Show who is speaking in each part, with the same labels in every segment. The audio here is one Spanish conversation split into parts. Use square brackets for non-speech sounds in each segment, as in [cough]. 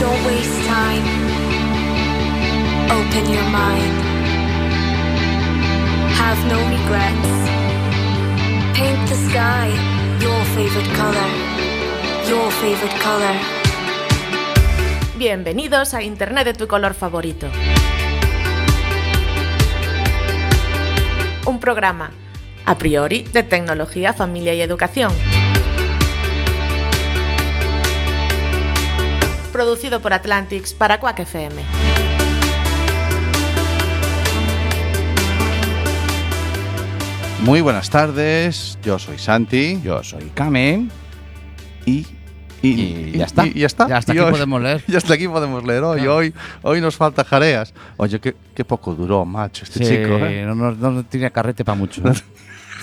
Speaker 1: Don't waste time. Open your mind. Have no regrets. Paint the sky your favorite color. Your favorite color.
Speaker 2: Bienvenidos a Internet de tu color favorito. Un programa, a priori, de tecnología, familia y educación. Producido por Atlantics para Quack FM.
Speaker 3: Muy buenas tardes, yo soy Santi
Speaker 4: Yo soy Kame.
Speaker 3: y...
Speaker 4: Y ya está.
Speaker 3: Y, ya está.
Speaker 4: Ya hasta
Speaker 3: Y
Speaker 4: aquí
Speaker 3: hoy-
Speaker 4: podemos leer.
Speaker 3: [laughs] Y hasta aquí podemos leer hoy.
Speaker 4: Claro.
Speaker 3: Hoy, hoy nos falta jareas. Oye, qué, qué poco duró, macho, este
Speaker 4: Sí,
Speaker 3: chico. ¿eh?
Speaker 4: no, no- no tenía carrete para mucho.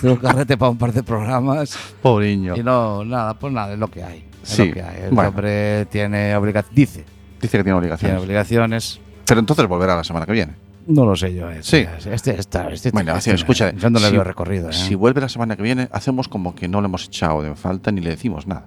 Speaker 4: Tuvo carrete para un par de programas.
Speaker 3: Pobriño.
Speaker 4: Y no, nada, pues nada, es lo que hay. Es
Speaker 3: Sí,
Speaker 4: lo que hay. El
Speaker 3: bueno.
Speaker 4: hombre tiene obligaciones. Dice,
Speaker 3: Dice que tiene
Speaker 4: tiene
Speaker 3: obligaciones.
Speaker 4: obligaciones.
Speaker 3: Pero entonces volverá la semana que viene.
Speaker 4: No lo sé yo. eh.
Speaker 3: Sí.
Speaker 4: Este, este, está- este-
Speaker 3: Bueno,
Speaker 4: este-
Speaker 3: así, escucha.
Speaker 4: Yo no le
Speaker 3: si-
Speaker 4: veo recorrido. eh.
Speaker 3: Si vuelve la semana que viene, hacemos como que no le hemos echado de falta ni le decimos nada.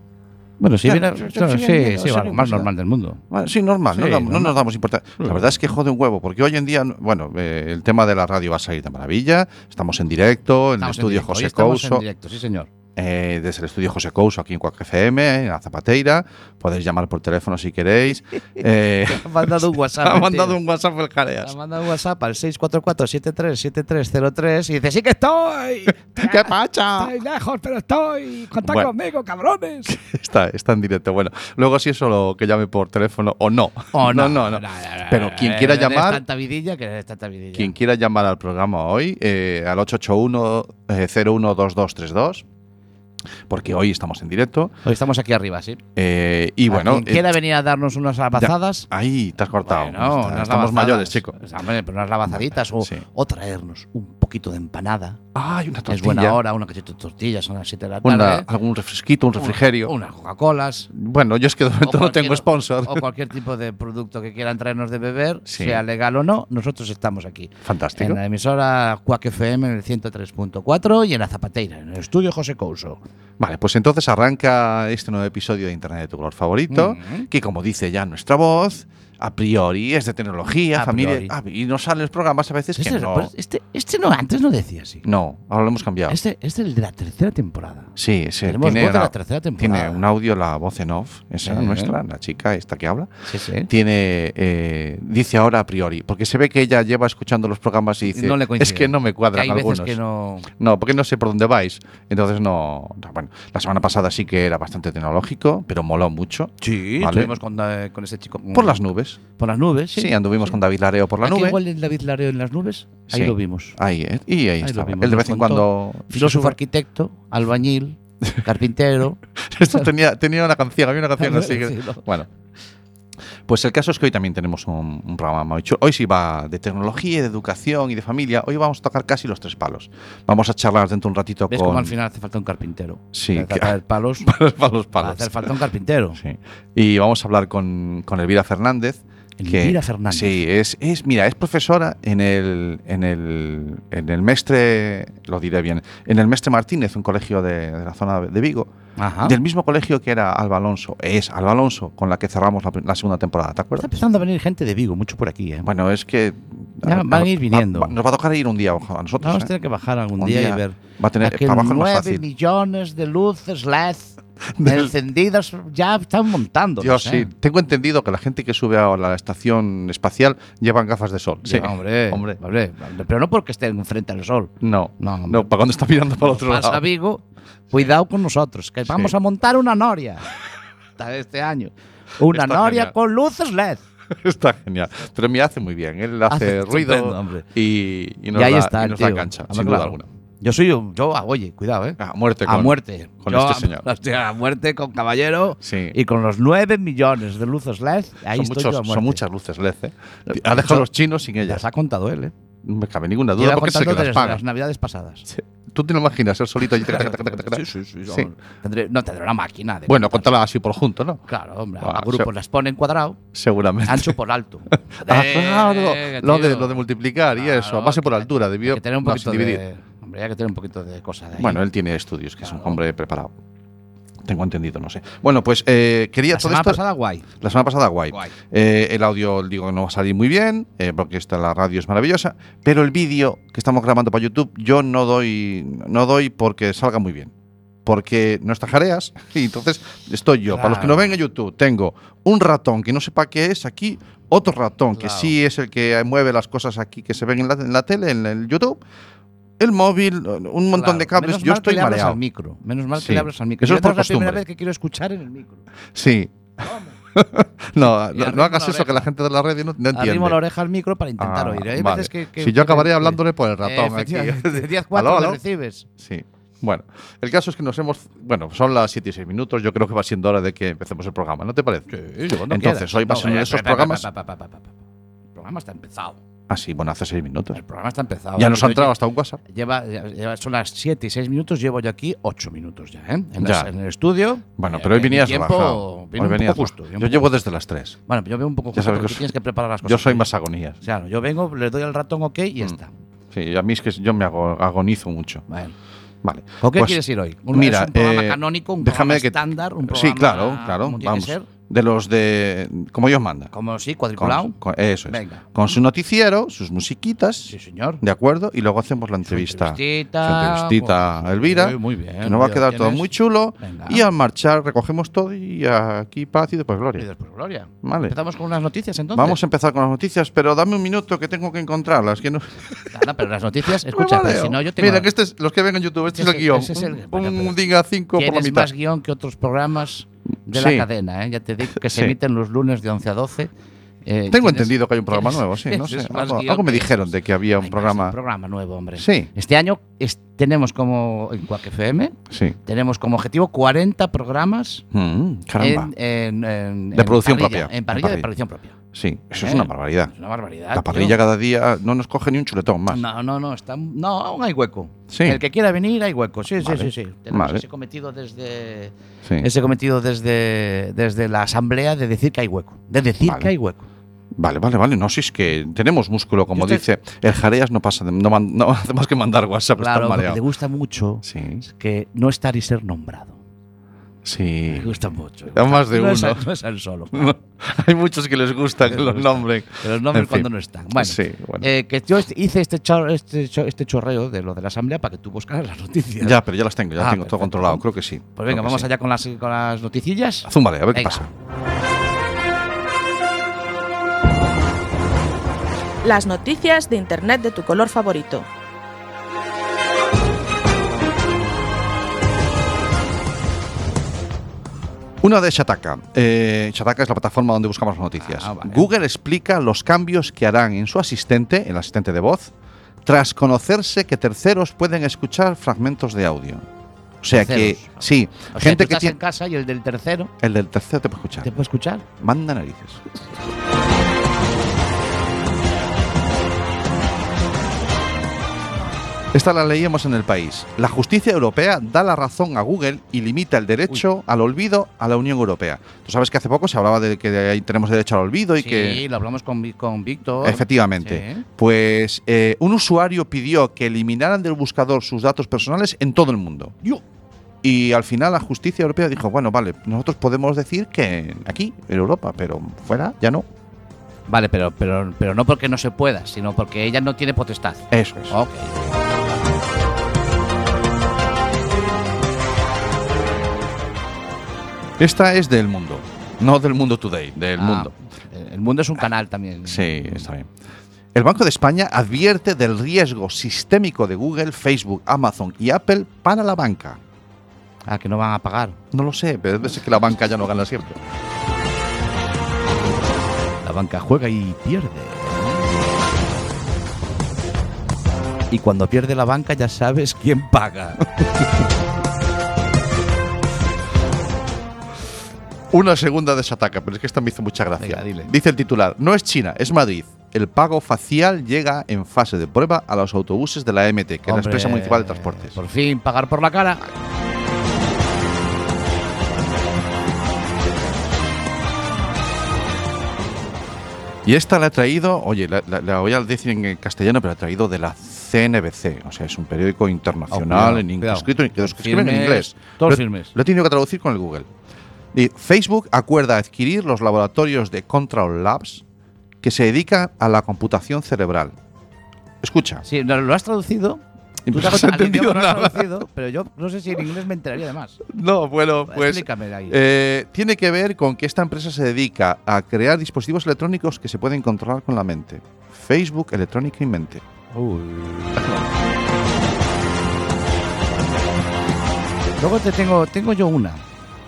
Speaker 4: bueno, si
Speaker 3: Ya,
Speaker 4: viene.
Speaker 3: yo-
Speaker 4: Sí,
Speaker 3: yo- si
Speaker 4: sí,
Speaker 3: viene,
Speaker 4: sí,
Speaker 3: no
Speaker 4: va,
Speaker 3: sé,
Speaker 4: lo más
Speaker 3: no sé.
Speaker 4: normal del mundo.
Speaker 3: Bueno, sí, normal, no,
Speaker 4: Sí,
Speaker 3: damos- no
Speaker 4: normal. Mm.
Speaker 3: nos damos importancia. La verdad es que jode un huevo, porque hoy en día, bueno, eh, el tema de la radio va a salir de maravilla. Estamos en directo, en el
Speaker 4: Estamos en
Speaker 3: estudio
Speaker 4: directo, hoy
Speaker 3: José
Speaker 4: estamos
Speaker 3: Couso.
Speaker 4: en directo, sí, señor.
Speaker 3: eh, desde el estudio José Couso aquí en Cuac FM, en la Zapateira. Podéis llamar por teléfono si
Speaker 4: [laughs]
Speaker 3: queréis. Eh, [laughs]
Speaker 4: Ha mandado un WhatsApp.
Speaker 3: ha
Speaker 4: el
Speaker 3: mandado
Speaker 4: tío.
Speaker 3: un WhatsApp el
Speaker 4: Ha
Speaker 3: Jareas.
Speaker 4: mandado un WhatsApp al 644-737303 y dice: ¡Sí que estoy!
Speaker 3: ¡Qué pacha!
Speaker 4: Estoy lejos, pero estoy. Contad
Speaker 3: Ah. Bueno.
Speaker 4: conmigo, cabrones.
Speaker 3: Está, está en directo. Bueno, luego si es solo que llame por teléfono o no. [laughs] no, no. Pero quien quiera
Speaker 4: Es
Speaker 3: llamar,
Speaker 4: tanta vidilla que es tanta vidilla.
Speaker 3: quien quiera llamar al programa hoy, eh, al eh, 881-012232, porque hoy estamos en directo.
Speaker 4: Hoy estamos aquí arriba, sí.
Speaker 3: Eh, y bueno,
Speaker 4: Quien quiera venir a darnos unas labazadas.
Speaker 3: ahí te has cortado.
Speaker 4: bueno,
Speaker 3: Está-
Speaker 4: unas
Speaker 3: estamos
Speaker 4: labazadas.
Speaker 3: mayores, chico.
Speaker 4: Hombre, pero unas labazaditas o,
Speaker 3: Sí.
Speaker 4: o traernos un poquito de empanada.
Speaker 3: Ay, una tortilla.
Speaker 4: Es buena hora, una cachito de tortillas, son las 7 de la tarde.
Speaker 3: Una- algún refresquito, un
Speaker 4: Una-
Speaker 3: refrigerio.
Speaker 4: Unas Coca-Colas.
Speaker 3: Bueno, yo es que de
Speaker 4: o
Speaker 3: momento no
Speaker 4: cualquier-
Speaker 3: tengo sponsor.
Speaker 4: O cualquier tipo de producto que quieran traernos de beber,
Speaker 3: Sí.
Speaker 4: sea legal o no, nosotros estamos aquí.
Speaker 3: Fantástico.
Speaker 4: En la emisora Quack FM en el 103.4 y en la Zapateira, en el estudio José Couso.
Speaker 3: Vale, pues entonces arranca este nuevo episodio de Internet de tu color favorito,
Speaker 4: Ujú.
Speaker 3: que como dice ya nuestra voz, a priori es de tecnología,
Speaker 4: A
Speaker 3: familia.
Speaker 4: priori.
Speaker 3: ah, y nos salen los programas a veces que
Speaker 4: este,
Speaker 3: no.
Speaker 4: pues, este, este no, antes no decía así.
Speaker 3: No, ahora lo hemos cambiado.
Speaker 4: Este, este es el de la tercera temporada.
Speaker 3: Sí, sí.
Speaker 4: Tenemos
Speaker 3: tiene,
Speaker 4: voz de
Speaker 3: una-
Speaker 4: la Ah. tercera temporada.
Speaker 3: tiene un audio, la voz en off, esa
Speaker 4: Sí.
Speaker 3: nuestra, la chica esta que habla.
Speaker 4: Sí, sí.
Speaker 3: Tiene, eh, dice ahora a priori, porque se ve que ella lleva escuchando los programas y dice,
Speaker 4: No le coincide.
Speaker 3: es que no me cuadran
Speaker 4: Que hay
Speaker 3: algunos.
Speaker 4: veces que no.
Speaker 3: No, porque no sé por dónde vais. Entonces no. no, Bueno, la semana pasada sí que era bastante tecnológico, pero moló mucho.
Speaker 4: Sí,
Speaker 3: Vale.
Speaker 4: estuvimos con, eh, con ese chico.
Speaker 3: Por las nubes.
Speaker 4: Por las nubes, sí.
Speaker 3: Sí, anduvimos con David Lareo por la
Speaker 4: Aquí
Speaker 3: nube.
Speaker 4: Igual el David Lareo en las nubes, ahí
Speaker 3: Sí.
Speaker 4: lo vimos.
Speaker 3: Ahí, ¿eh? Y ahí,
Speaker 4: lo
Speaker 3: estaba.
Speaker 4: vimos,
Speaker 3: Él de
Speaker 4: nos
Speaker 3: vez en
Speaker 4: contó.
Speaker 3: cuando.
Speaker 4: Filósofo, arquitecto, albañil, carpintero.
Speaker 3: [laughs] Esto tenía, tenía una canción, había una
Speaker 4: [laughs]
Speaker 3: canción así. que-
Speaker 4: Sí, no.
Speaker 3: Bueno. Pues el caso es que hoy también tenemos un, un programa muy chulo. Hoy sí va de tecnología, de educación y de familia. Hoy vamos a tocar casi los tres palos. Vamos a charlar dentro de un ratito
Speaker 4: ¿Ves
Speaker 3: con.
Speaker 4: cómo al final hace falta un carpintero?
Speaker 3: Sí,
Speaker 4: Para
Speaker 3: que-
Speaker 4: tratar palos.
Speaker 3: para los
Speaker 4: para
Speaker 3: palos.
Speaker 4: hacer falta un carpintero.
Speaker 3: [laughs] Sí. Y vamos a hablar con, con Elvira Fernández.
Speaker 4: Elvira Fernández.
Speaker 3: Sí, es, es, mira, es profesora en el, en el, en el Mestre, lo diré bien, en el Mestre Martínez, un colegio de, de la zona de Vigo,
Speaker 4: Ajá.
Speaker 3: del mismo colegio que era Alba Alonso, es Alba Alonso, con la que cerramos la, prim- la segunda temporada, ¿te
Speaker 4: Pues Está
Speaker 3: acuerdas?
Speaker 4: empezando a venir gente de Vigo, mucho por aquí, ¿eh?
Speaker 3: Bueno, es que...
Speaker 4: Ya van a ir viniendo.
Speaker 3: va- nos va a tocar ir un día ojo, a nosotros.
Speaker 4: Vamos
Speaker 3: ¿eh?
Speaker 4: a tener que bajar algún
Speaker 3: Un
Speaker 4: día,
Speaker 3: día
Speaker 4: y ver.
Speaker 3: va a tener-
Speaker 4: Aquel
Speaker 3: para abajo no es
Speaker 4: 9
Speaker 3: fácil.
Speaker 4: millones de
Speaker 3: [laughs]
Speaker 4: luces LED encendidas ya están ¿eh? montando.
Speaker 3: Yo sí, tengo entendido que la gente que sube a la estación espacial llevan gafas de sol. Sí,
Speaker 4: hombre, hombre. Pero no porque estén frente al sol.
Speaker 3: No,
Speaker 4: No,
Speaker 3: no,
Speaker 4: hombre.
Speaker 3: para cuando está mirando para el otro
Speaker 4: Pasa
Speaker 3: lado.
Speaker 4: Vigo, cuidado con nosotros, que vamos a montar una noria [laughs] esta- este año. Una
Speaker 3: Está
Speaker 4: noria
Speaker 3: genial.
Speaker 4: con luces LED.
Speaker 3: [laughs] Está genial. Pero me hace muy bien. Él hace,
Speaker 4: Hace
Speaker 3: ruido
Speaker 4: estupendo, hombre.
Speaker 3: y, y nos,
Speaker 4: Y ahí
Speaker 3: da,
Speaker 4: está
Speaker 3: y
Speaker 4: el
Speaker 3: nos da
Speaker 4: tío.
Speaker 3: cancha,
Speaker 4: Hombre,
Speaker 3: sin duda
Speaker 4: claro.
Speaker 3: alguna.
Speaker 4: Yo soy un. Yo, ah, oye, cuidado, ¿eh?
Speaker 3: A muerte
Speaker 4: A
Speaker 3: con-
Speaker 4: muerte.
Speaker 3: con
Speaker 4: Yo
Speaker 3: este
Speaker 4: a-
Speaker 3: señor.
Speaker 4: [laughs] hostia, A, muerte con Caballero
Speaker 3: Sí.
Speaker 4: y con los 9 millones de luces LED. Ahí
Speaker 3: son,
Speaker 4: estoy
Speaker 3: muchos-
Speaker 4: yo a
Speaker 3: son
Speaker 4: muerte.
Speaker 3: muchas luces LED, ¿eh? Ha dejado
Speaker 4: Son-
Speaker 3: los chinos sin ellas.
Speaker 4: Las ha contado él, ¿eh?
Speaker 3: No me cabe ninguna duda
Speaker 4: Lleva
Speaker 3: porque es el
Speaker 4: contando
Speaker 3: que las
Speaker 4: desde
Speaker 3: paga.
Speaker 4: las navidades pasadas.
Speaker 3: Tú te lo imaginas, él solito
Speaker 4: [laughs]
Speaker 3: allí. tac, tac, tac, tac, tac.
Speaker 4: Sí, sí, sí.
Speaker 3: Sí.
Speaker 4: Tendré- no tendrá una máquina. De
Speaker 3: Bueno,
Speaker 4: contar.
Speaker 3: contarla así por junto, ¿no?
Speaker 4: Claro, hombre.
Speaker 3: Ah,
Speaker 4: a grupos
Speaker 3: o sea-
Speaker 4: las pone en cuadrado,
Speaker 3: Seguramente.
Speaker 4: ancho por alto.
Speaker 3: [laughs] Ah,
Speaker 4: Joder, eh,
Speaker 3: claro, lo de,
Speaker 4: tío.
Speaker 3: lo de multiplicar y eso, a
Speaker 4: Claro,
Speaker 3: base por
Speaker 4: que-
Speaker 3: altura,
Speaker 4: Hay
Speaker 3: debió
Speaker 4: que tener un
Speaker 3: no,
Speaker 4: poquito
Speaker 3: sin dividir.
Speaker 4: de. Hombre, hay que tener un poquito de cosa de ahí.
Speaker 3: Bueno, él tiene estudios, que es un
Speaker 4: Claro.
Speaker 3: hombre preparado. Tengo entendido, no sé. Bueno, pues eh, quería
Speaker 4: la
Speaker 3: todo
Speaker 4: semana
Speaker 3: esto.
Speaker 4: pasada, guay.
Speaker 3: La semana pasada, guay.
Speaker 4: Guay.
Speaker 3: Eh, el audio, digo, no va a salir muy bien, eh, porque esta, la radio es maravillosa, pero el vídeo que estamos grabando para YouTube, yo no doy, no doy porque salga muy bien. Porque no está jareas, [laughs] y entonces estoy yo. Para los que no
Speaker 4: Claro.
Speaker 3: ven en YouTube, tengo un ratón que no sepa qué es aquí, otro ratón que
Speaker 4: Claro.
Speaker 3: sí es el que mueve las cosas aquí que se ven en la, en la tele, en el YouTube, el móvil, un montón
Speaker 4: Claro,
Speaker 3: de cables.
Speaker 4: menos
Speaker 3: Yo
Speaker 4: mal
Speaker 3: estoy
Speaker 4: que le hablas
Speaker 3: mareado.
Speaker 4: al micro. Menos mal que
Speaker 3: Sí.
Speaker 4: le hablas al micro.
Speaker 3: Eso
Speaker 4: Yo
Speaker 3: es por
Speaker 4: la primera
Speaker 3: costumbre.
Speaker 4: vez que quiero escuchar en el micro.
Speaker 3: Sí. [laughs] no,
Speaker 4: Y
Speaker 3: no,
Speaker 4: arrimo
Speaker 3: no hagas
Speaker 4: la
Speaker 3: eso que la
Speaker 4: oreja.
Speaker 3: gente de la red no, no entiende.
Speaker 4: Arrimo la oreja al micro para intentar
Speaker 3: Ah,
Speaker 4: oír. ¿eh? Hay
Speaker 3: vale.
Speaker 4: veces que, que-
Speaker 3: si yo
Speaker 4: que-
Speaker 3: acabaré
Speaker 4: que-
Speaker 3: hablándole por el ratón aquí.
Speaker 4: Efectivamente, De 10 4
Speaker 3: Aló, aló.
Speaker 4: le recibes.
Speaker 3: [laughs] Sí. Bueno, el caso es que nos hemos. Bueno, son las 7 y 6 minutos. Yo creo que va siendo hora de que empecemos el programa, ¿no te parece? Entonces, hoy va a ser uno
Speaker 4: eh,
Speaker 3: de esos programas.
Speaker 4: El programa está empezado.
Speaker 3: Ah, sí, bueno, hace 6 minutos.
Speaker 4: El programa está empezado.
Speaker 3: Ya nos ha
Speaker 4: Yo
Speaker 3: entrado hasta un WhatsApp.
Speaker 4: Lleva, lleva- son las 7 y 6 minutos, llevo yo aquí 8 minutos ya, ¿eh? En, las-
Speaker 3: Ya.
Speaker 4: en el estudio.
Speaker 3: Bueno,
Speaker 4: Eh,
Speaker 3: pero hoy
Speaker 4: mi
Speaker 3: venías
Speaker 4: tiempo
Speaker 3: relajado.
Speaker 4: vino
Speaker 3: Hoy
Speaker 4: un
Speaker 3: venías
Speaker 4: poco justo. Pues
Speaker 3: relajado.
Speaker 4: vino
Speaker 3: Yo
Speaker 4: un
Speaker 3: llevo
Speaker 4: poco-
Speaker 3: desde las 3.
Speaker 4: Bueno, yo veo un poco
Speaker 3: Ya
Speaker 4: justo
Speaker 3: sabes
Speaker 4: porque
Speaker 3: que
Speaker 4: tienes que preparar las cosas.
Speaker 3: Yo soy
Speaker 4: más
Speaker 3: más agonías.
Speaker 4: Claro, yo vengo, le doy al ratón OK
Speaker 3: Mm.
Speaker 4: y ya está.
Speaker 3: Sí, a mí es que yo me ago- agonizo mucho.
Speaker 4: Bueno.
Speaker 3: Vale.
Speaker 4: ¿Con qué
Speaker 3: pues,
Speaker 4: quieres ir hoy?
Speaker 3: mira,
Speaker 4: es un programa
Speaker 3: eh,
Speaker 4: canónico, un
Speaker 3: déjame
Speaker 4: programa
Speaker 3: que-
Speaker 4: estándar, un programa.
Speaker 3: Sí, claro, claro.
Speaker 4: como tiene
Speaker 3: Vamos.
Speaker 4: que ser,
Speaker 3: De los de. Como Dios manda.
Speaker 4: como sí,
Speaker 3: Con,
Speaker 4: cuadriculado.
Speaker 3: con- eso es.
Speaker 4: Venga.
Speaker 3: Con su noticiero, sus musiquitas.
Speaker 4: Sí, señor.
Speaker 3: ¿De acuerdo? Y luego hacemos la entrevista. su
Speaker 4: entrevistita.
Speaker 3: entrevistita a
Speaker 4: bueno,
Speaker 3: Elvira.
Speaker 4: sí, muy bien.
Speaker 3: que nos va a
Speaker 4: ya
Speaker 3: quedar todo
Speaker 4: tienes.
Speaker 3: muy chulo.
Speaker 4: Venga.
Speaker 3: Y al marchar recogemos todo y aquí paz y después
Speaker 4: Y
Speaker 3: gloria.
Speaker 4: después, Gloria.
Speaker 3: Vale.
Speaker 4: Empezamos con unas noticias entonces. [laughs]
Speaker 3: Vamos a empezar con las noticias, pero dame un minuto que tengo que encontrarlas. Que no,
Speaker 4: Nada, pero las
Speaker 3: [laughs]
Speaker 4: noticias,
Speaker 3: me
Speaker 4: escucha, pero
Speaker 3: mareo.
Speaker 4: si no, yo tengo.
Speaker 3: Mira, que este es, los que ven en YouTube, este, es
Speaker 4: Ese-
Speaker 3: el guión.
Speaker 4: ese es el-
Speaker 3: un
Speaker 4: bueno, pero-
Speaker 3: diga 5 por la
Speaker 4: Tienes
Speaker 3: mitad.
Speaker 4: más guión que otros programas de
Speaker 3: Sí.
Speaker 4: la cadena, ¿eh? Ya te digo que se
Speaker 3: Sí.
Speaker 4: emiten los lunes de 11 a 12. eh,
Speaker 3: Tengo
Speaker 4: tienes-
Speaker 3: entendido que hay un programa
Speaker 4: tienes-
Speaker 3: nuevo, sí, no sé.
Speaker 4: tienes más
Speaker 3: Algo,
Speaker 4: guión
Speaker 3: algo me
Speaker 4: que-
Speaker 3: dijeron de que había
Speaker 4: Hay
Speaker 3: un
Speaker 4: más,
Speaker 3: programa.
Speaker 4: Un programa nuevo, hombre.
Speaker 3: Sí.
Speaker 4: Este año es- tenemos como, en Quack FM,
Speaker 3: Sí.
Speaker 4: tenemos como objetivo 40 programas
Speaker 3: Mm, caramba.
Speaker 4: en, en- en-
Speaker 3: De
Speaker 4: en
Speaker 3: producción
Speaker 4: parrilla,
Speaker 3: propia.
Speaker 4: En parrilla,
Speaker 3: En parrilla.
Speaker 4: de producción propia.
Speaker 3: sí, eso es
Speaker 4: Eh,
Speaker 3: una barbaridad.
Speaker 4: Es una barbaridad.
Speaker 3: La
Speaker 4: Ah, tío.
Speaker 3: parrilla cada día no nos coge ni un chuletón más.
Speaker 4: No, no, no, está, no, aún hay hueco.
Speaker 3: Sí.
Speaker 4: El que quiera venir hay hueco. Sí,
Speaker 3: Vale.
Speaker 4: sí, sí, sí. Tenemos
Speaker 3: Vale.
Speaker 4: ese cometido desde
Speaker 3: Sí.
Speaker 4: ese cometido desde, desde la asamblea de decir que hay hueco, de decir
Speaker 3: Vale.
Speaker 4: que hay hueco.
Speaker 3: Vale, vale, vale. No, si es que tenemos músculo, como
Speaker 4: Yo
Speaker 3: dice. El jareas no pasa, de- no, man- no [laughs] hace más que mandar WhatsApp, pues, está
Speaker 4: Claro, porque te
Speaker 3: mareado.
Speaker 4: gusta mucho
Speaker 3: Sí,
Speaker 4: que no estar y ser nombrado.
Speaker 3: sí.
Speaker 4: Me gusta mucho.
Speaker 3: A más de
Speaker 4: no
Speaker 3: [laughs]
Speaker 4: Es
Speaker 3: uno.
Speaker 4: al, no es al solo.
Speaker 3: [laughs] Hay muchos que les gusta que los nombren.
Speaker 4: Pero los nombres
Speaker 3: En fin.
Speaker 4: cuando no están. Bueno,
Speaker 3: Sí, bueno.
Speaker 4: eh, que yo est- hice este, chor- este, cho- este chorreo de lo de la asamblea para que tú buscaras las noticias.
Speaker 3: Ya, pero ya las tengo, ya las
Speaker 4: Ah,
Speaker 3: tengo todo
Speaker 4: perfecto.
Speaker 3: controlado, creo que sí. Ah,
Speaker 4: Pues venga, vamos allá con las, con las noticillas.
Speaker 3: Zúmbale, a ver qué
Speaker 4: Venga.
Speaker 3: pasa.
Speaker 2: Las noticias de Internet de tu color favorito.
Speaker 3: Una de Shataka. Eh, Shataka es la plataforma donde buscamos las noticias.
Speaker 4: Ah, vale.
Speaker 3: Google explica los cambios que harán en su asistente, el asistente de voz, tras conocerse que terceros pueden escuchar fragmentos de audio. O sea que,
Speaker 4: Terceros.
Speaker 3: sí,
Speaker 4: O sea,
Speaker 3: gente
Speaker 4: tú
Speaker 3: que
Speaker 4: estás
Speaker 3: tiene.
Speaker 4: en casa y el del tercero
Speaker 3: El del tercero te puede escuchar.
Speaker 4: te puede escuchar.
Speaker 3: Manda narices. Esta la leíamos en el país. La justicia europea da la razón a Google y limita el derecho al olvido a la Unión Europea. Tú sabes que hace poco se hablaba de que ahí tenemos derecho al olvido y
Speaker 4: sí,
Speaker 3: que...
Speaker 4: lo hablamos con, Vi- con Víctor.
Speaker 3: Efectivamente.
Speaker 4: Sí.
Speaker 3: Pues eh, un usuario pidió que eliminaran del buscador sus datos personales en todo el mundo.
Speaker 4: Yo.
Speaker 3: Y al final la justicia europea dijo, bueno, vale, nosotros podemos decir que aquí, en Europa, pero fuera ya no.
Speaker 4: Vale, pero, pero, pero no porque no se pueda, sino porque ella no tiene potestad.
Speaker 3: Eso es.
Speaker 4: Ok.
Speaker 3: Esta es del mundo, no del mundo today, del
Speaker 4: Ah,
Speaker 3: mundo. Ah,
Speaker 4: eh, El mundo es un canal también.
Speaker 3: Sí, está bien. El Banco de España advierte del riesgo sistémico de Google, Facebook, Amazon y Apple para la banca.
Speaker 4: Ah, que no van a pagar.
Speaker 3: No lo sé, pero es que la banca ya no gana siempre.
Speaker 4: La banca juega y pierde. y cuando pierde la banca ya sabes quién
Speaker 3: [laughs]
Speaker 4: paga.
Speaker 3: Una segunda desataca, pero es que esta me hizo mucha gracia.
Speaker 4: Venga, dile.
Speaker 3: Dice el titular, no es China, es Madrid. El pago facial llega en fase de prueba a los autobuses de la MT, que es la
Speaker 4: Hombre,
Speaker 3: empresa municipal de transportes.
Speaker 4: Por fin, pagar por la cara.
Speaker 3: Y esta la ha traído, oye, la, la- la voy a decir en castellano, pero la ha traído de la CNBC, o sea, es un periódico internacional
Speaker 4: Oh, cuidado,
Speaker 3: en in-
Speaker 4: cuidado.
Speaker 3: escrito en- que los que escriben en
Speaker 4: Firmes,
Speaker 3: inglés.
Speaker 4: todos
Speaker 3: Lo-
Speaker 4: firmes.
Speaker 3: Lo he tenido que traducir con el Google. Y Facebook acuerda adquirir los laboratorios de Control Labs que se dedican a la computación cerebral. Escucha,
Speaker 4: Sí, no, lo has traducido.
Speaker 3: Y
Speaker 4: Tú
Speaker 3: no
Speaker 4: te
Speaker 3: has
Speaker 4: al idioma
Speaker 3: entendido
Speaker 4: lo has
Speaker 3: nada.
Speaker 4: traducido, pero yo no sé si en inglés me enteraría de más.
Speaker 3: No, bueno, pues
Speaker 4: Explícame ahí.
Speaker 3: [laughs] eh, tiene que ver con que esta empresa se dedica a crear dispositivos electrónicos que se pueden controlar con la mente. Facebook electrónica y mente.
Speaker 4: Uy. Luego te tengo, tengo yo una.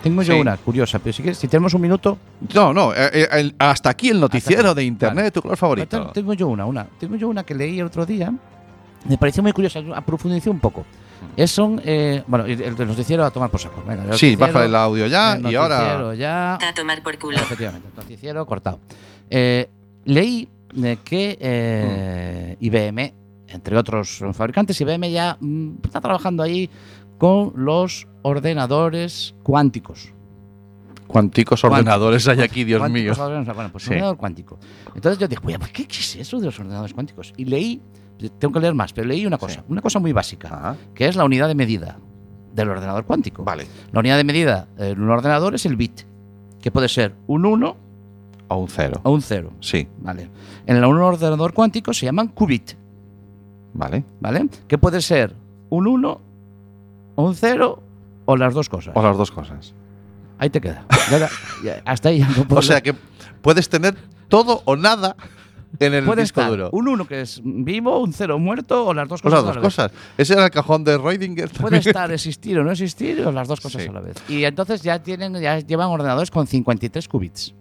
Speaker 4: Tengo yo
Speaker 3: Sí.
Speaker 4: una curiosa, pero sí que si tenemos un minuto,
Speaker 3: No, no, eh, eh, el- hasta aquí el noticiero
Speaker 4: aquí,
Speaker 3: de internet,
Speaker 4: vale.
Speaker 3: tu color favorito.
Speaker 4: Tengo- Tengo yo una, una. Tengo yo una que leí el otro día. Me pareció muy curiosa, profundicé un poco.
Speaker 3: Hmm.
Speaker 4: Es son, eh, bueno, el el noticiero a tomar por saco. Venga, el
Speaker 3: Sí,
Speaker 4: noticiero,
Speaker 3: baja el audio ya
Speaker 4: el
Speaker 3: y ahora.
Speaker 4: noticiero ya,
Speaker 5: A tomar por culo.
Speaker 4: efectivamente, el noticiero cortado. Eh, leí eh, que eh,
Speaker 3: Hmm.
Speaker 4: IBM, entre otros fabricantes, IBM ya mm, está trabajando ahí con los ordenadores cuánticos.
Speaker 3: Cuánticos ordenadores hay aquí, Dios
Speaker 4: Cuánticos,
Speaker 3: mío.
Speaker 4: ahora no sé, bueno, pues
Speaker 3: Sí.
Speaker 4: ordenador cuántico. Entonces yo dije, oye, pues, ¿qué, qué es eso de los ordenadores cuánticos? Y leí, tengo que leer más, pero leí una cosa, una cosa muy básica,
Speaker 3: Ah,
Speaker 4: que es la unidad de medida del ordenador cuántico.
Speaker 3: vale.
Speaker 4: La unidad de medida en un ordenador es el bit, que puede ser un 1
Speaker 3: O un cero.
Speaker 4: o un 0.
Speaker 3: Sí,
Speaker 4: Vale. En el- un ordenador cuántico se llaman qubit,
Speaker 3: vale.
Speaker 4: ¿vale? Que puede ser un 1 o un 0 o las dos cosas.
Speaker 3: O las dos cosas.
Speaker 4: Ahí te queda. Ya la- ya- hasta ahí ya no
Speaker 3: [laughs]
Speaker 4: puedo
Speaker 3: O sea
Speaker 4: leer.
Speaker 3: que puedes tener todo o nada en el
Speaker 4: Puede
Speaker 3: disco
Speaker 4: estar
Speaker 3: duro.
Speaker 4: un 1 que es vivo, un 0 muerto o las dos
Speaker 3: O
Speaker 4: cosas.
Speaker 3: las
Speaker 4: a
Speaker 3: dos
Speaker 4: la vez.
Speaker 3: cosas. Ese era el cajón de Reudinger. [laughs]
Speaker 4: Puede estar existir o no existir o las dos cosas
Speaker 3: Sí.
Speaker 4: a la vez. Y entonces ya tienen ya llevan ordenadores con 53 qubits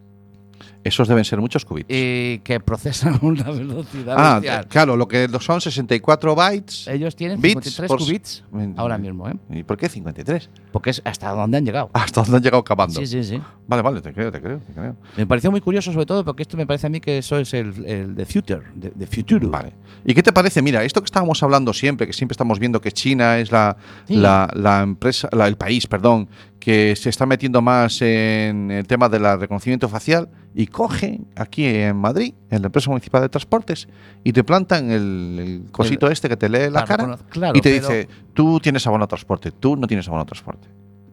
Speaker 3: Esos deben ser muchos qubits.
Speaker 4: y que procesan a una velocidad
Speaker 3: Ah,
Speaker 4: bestial.
Speaker 3: eh, claro, lo que son 64 bytes.
Speaker 4: Ellos tienen
Speaker 3: bits
Speaker 4: 53
Speaker 3: por-
Speaker 4: qubits
Speaker 3: Mm,
Speaker 4: ahora
Speaker 3: mm.
Speaker 4: mismo, ¿eh?
Speaker 3: ¿Y por qué 53?
Speaker 4: Porque es hasta donde han llegado.
Speaker 3: [laughs] Hasta dónde han llegado cavando.
Speaker 4: Sí, sí, sí.
Speaker 3: Vale, vale, te creo, te creo, te creo.
Speaker 4: Me pareció muy curioso sobre todo porque esto me parece a mí que eso es el, el de future, de, de futuro.
Speaker 3: Vale. ¿Y qué te parece? Mira, esto que estábamos hablando siempre, que siempre estamos viendo que China es la,
Speaker 4: Sí.
Speaker 3: la, la empresa, la- el país, perdón, que se está metiendo más en el tema del reconocimiento facial y cogen aquí en Madrid, en la empresa municipal de transportes, y te plantan el, el cosito este que te lee la
Speaker 4: Para
Speaker 3: cara
Speaker 4: reconoc- claro,
Speaker 3: y te
Speaker 4: pero-
Speaker 3: dice, tú tienes abono a transporte, tú no tienes abono a transporte.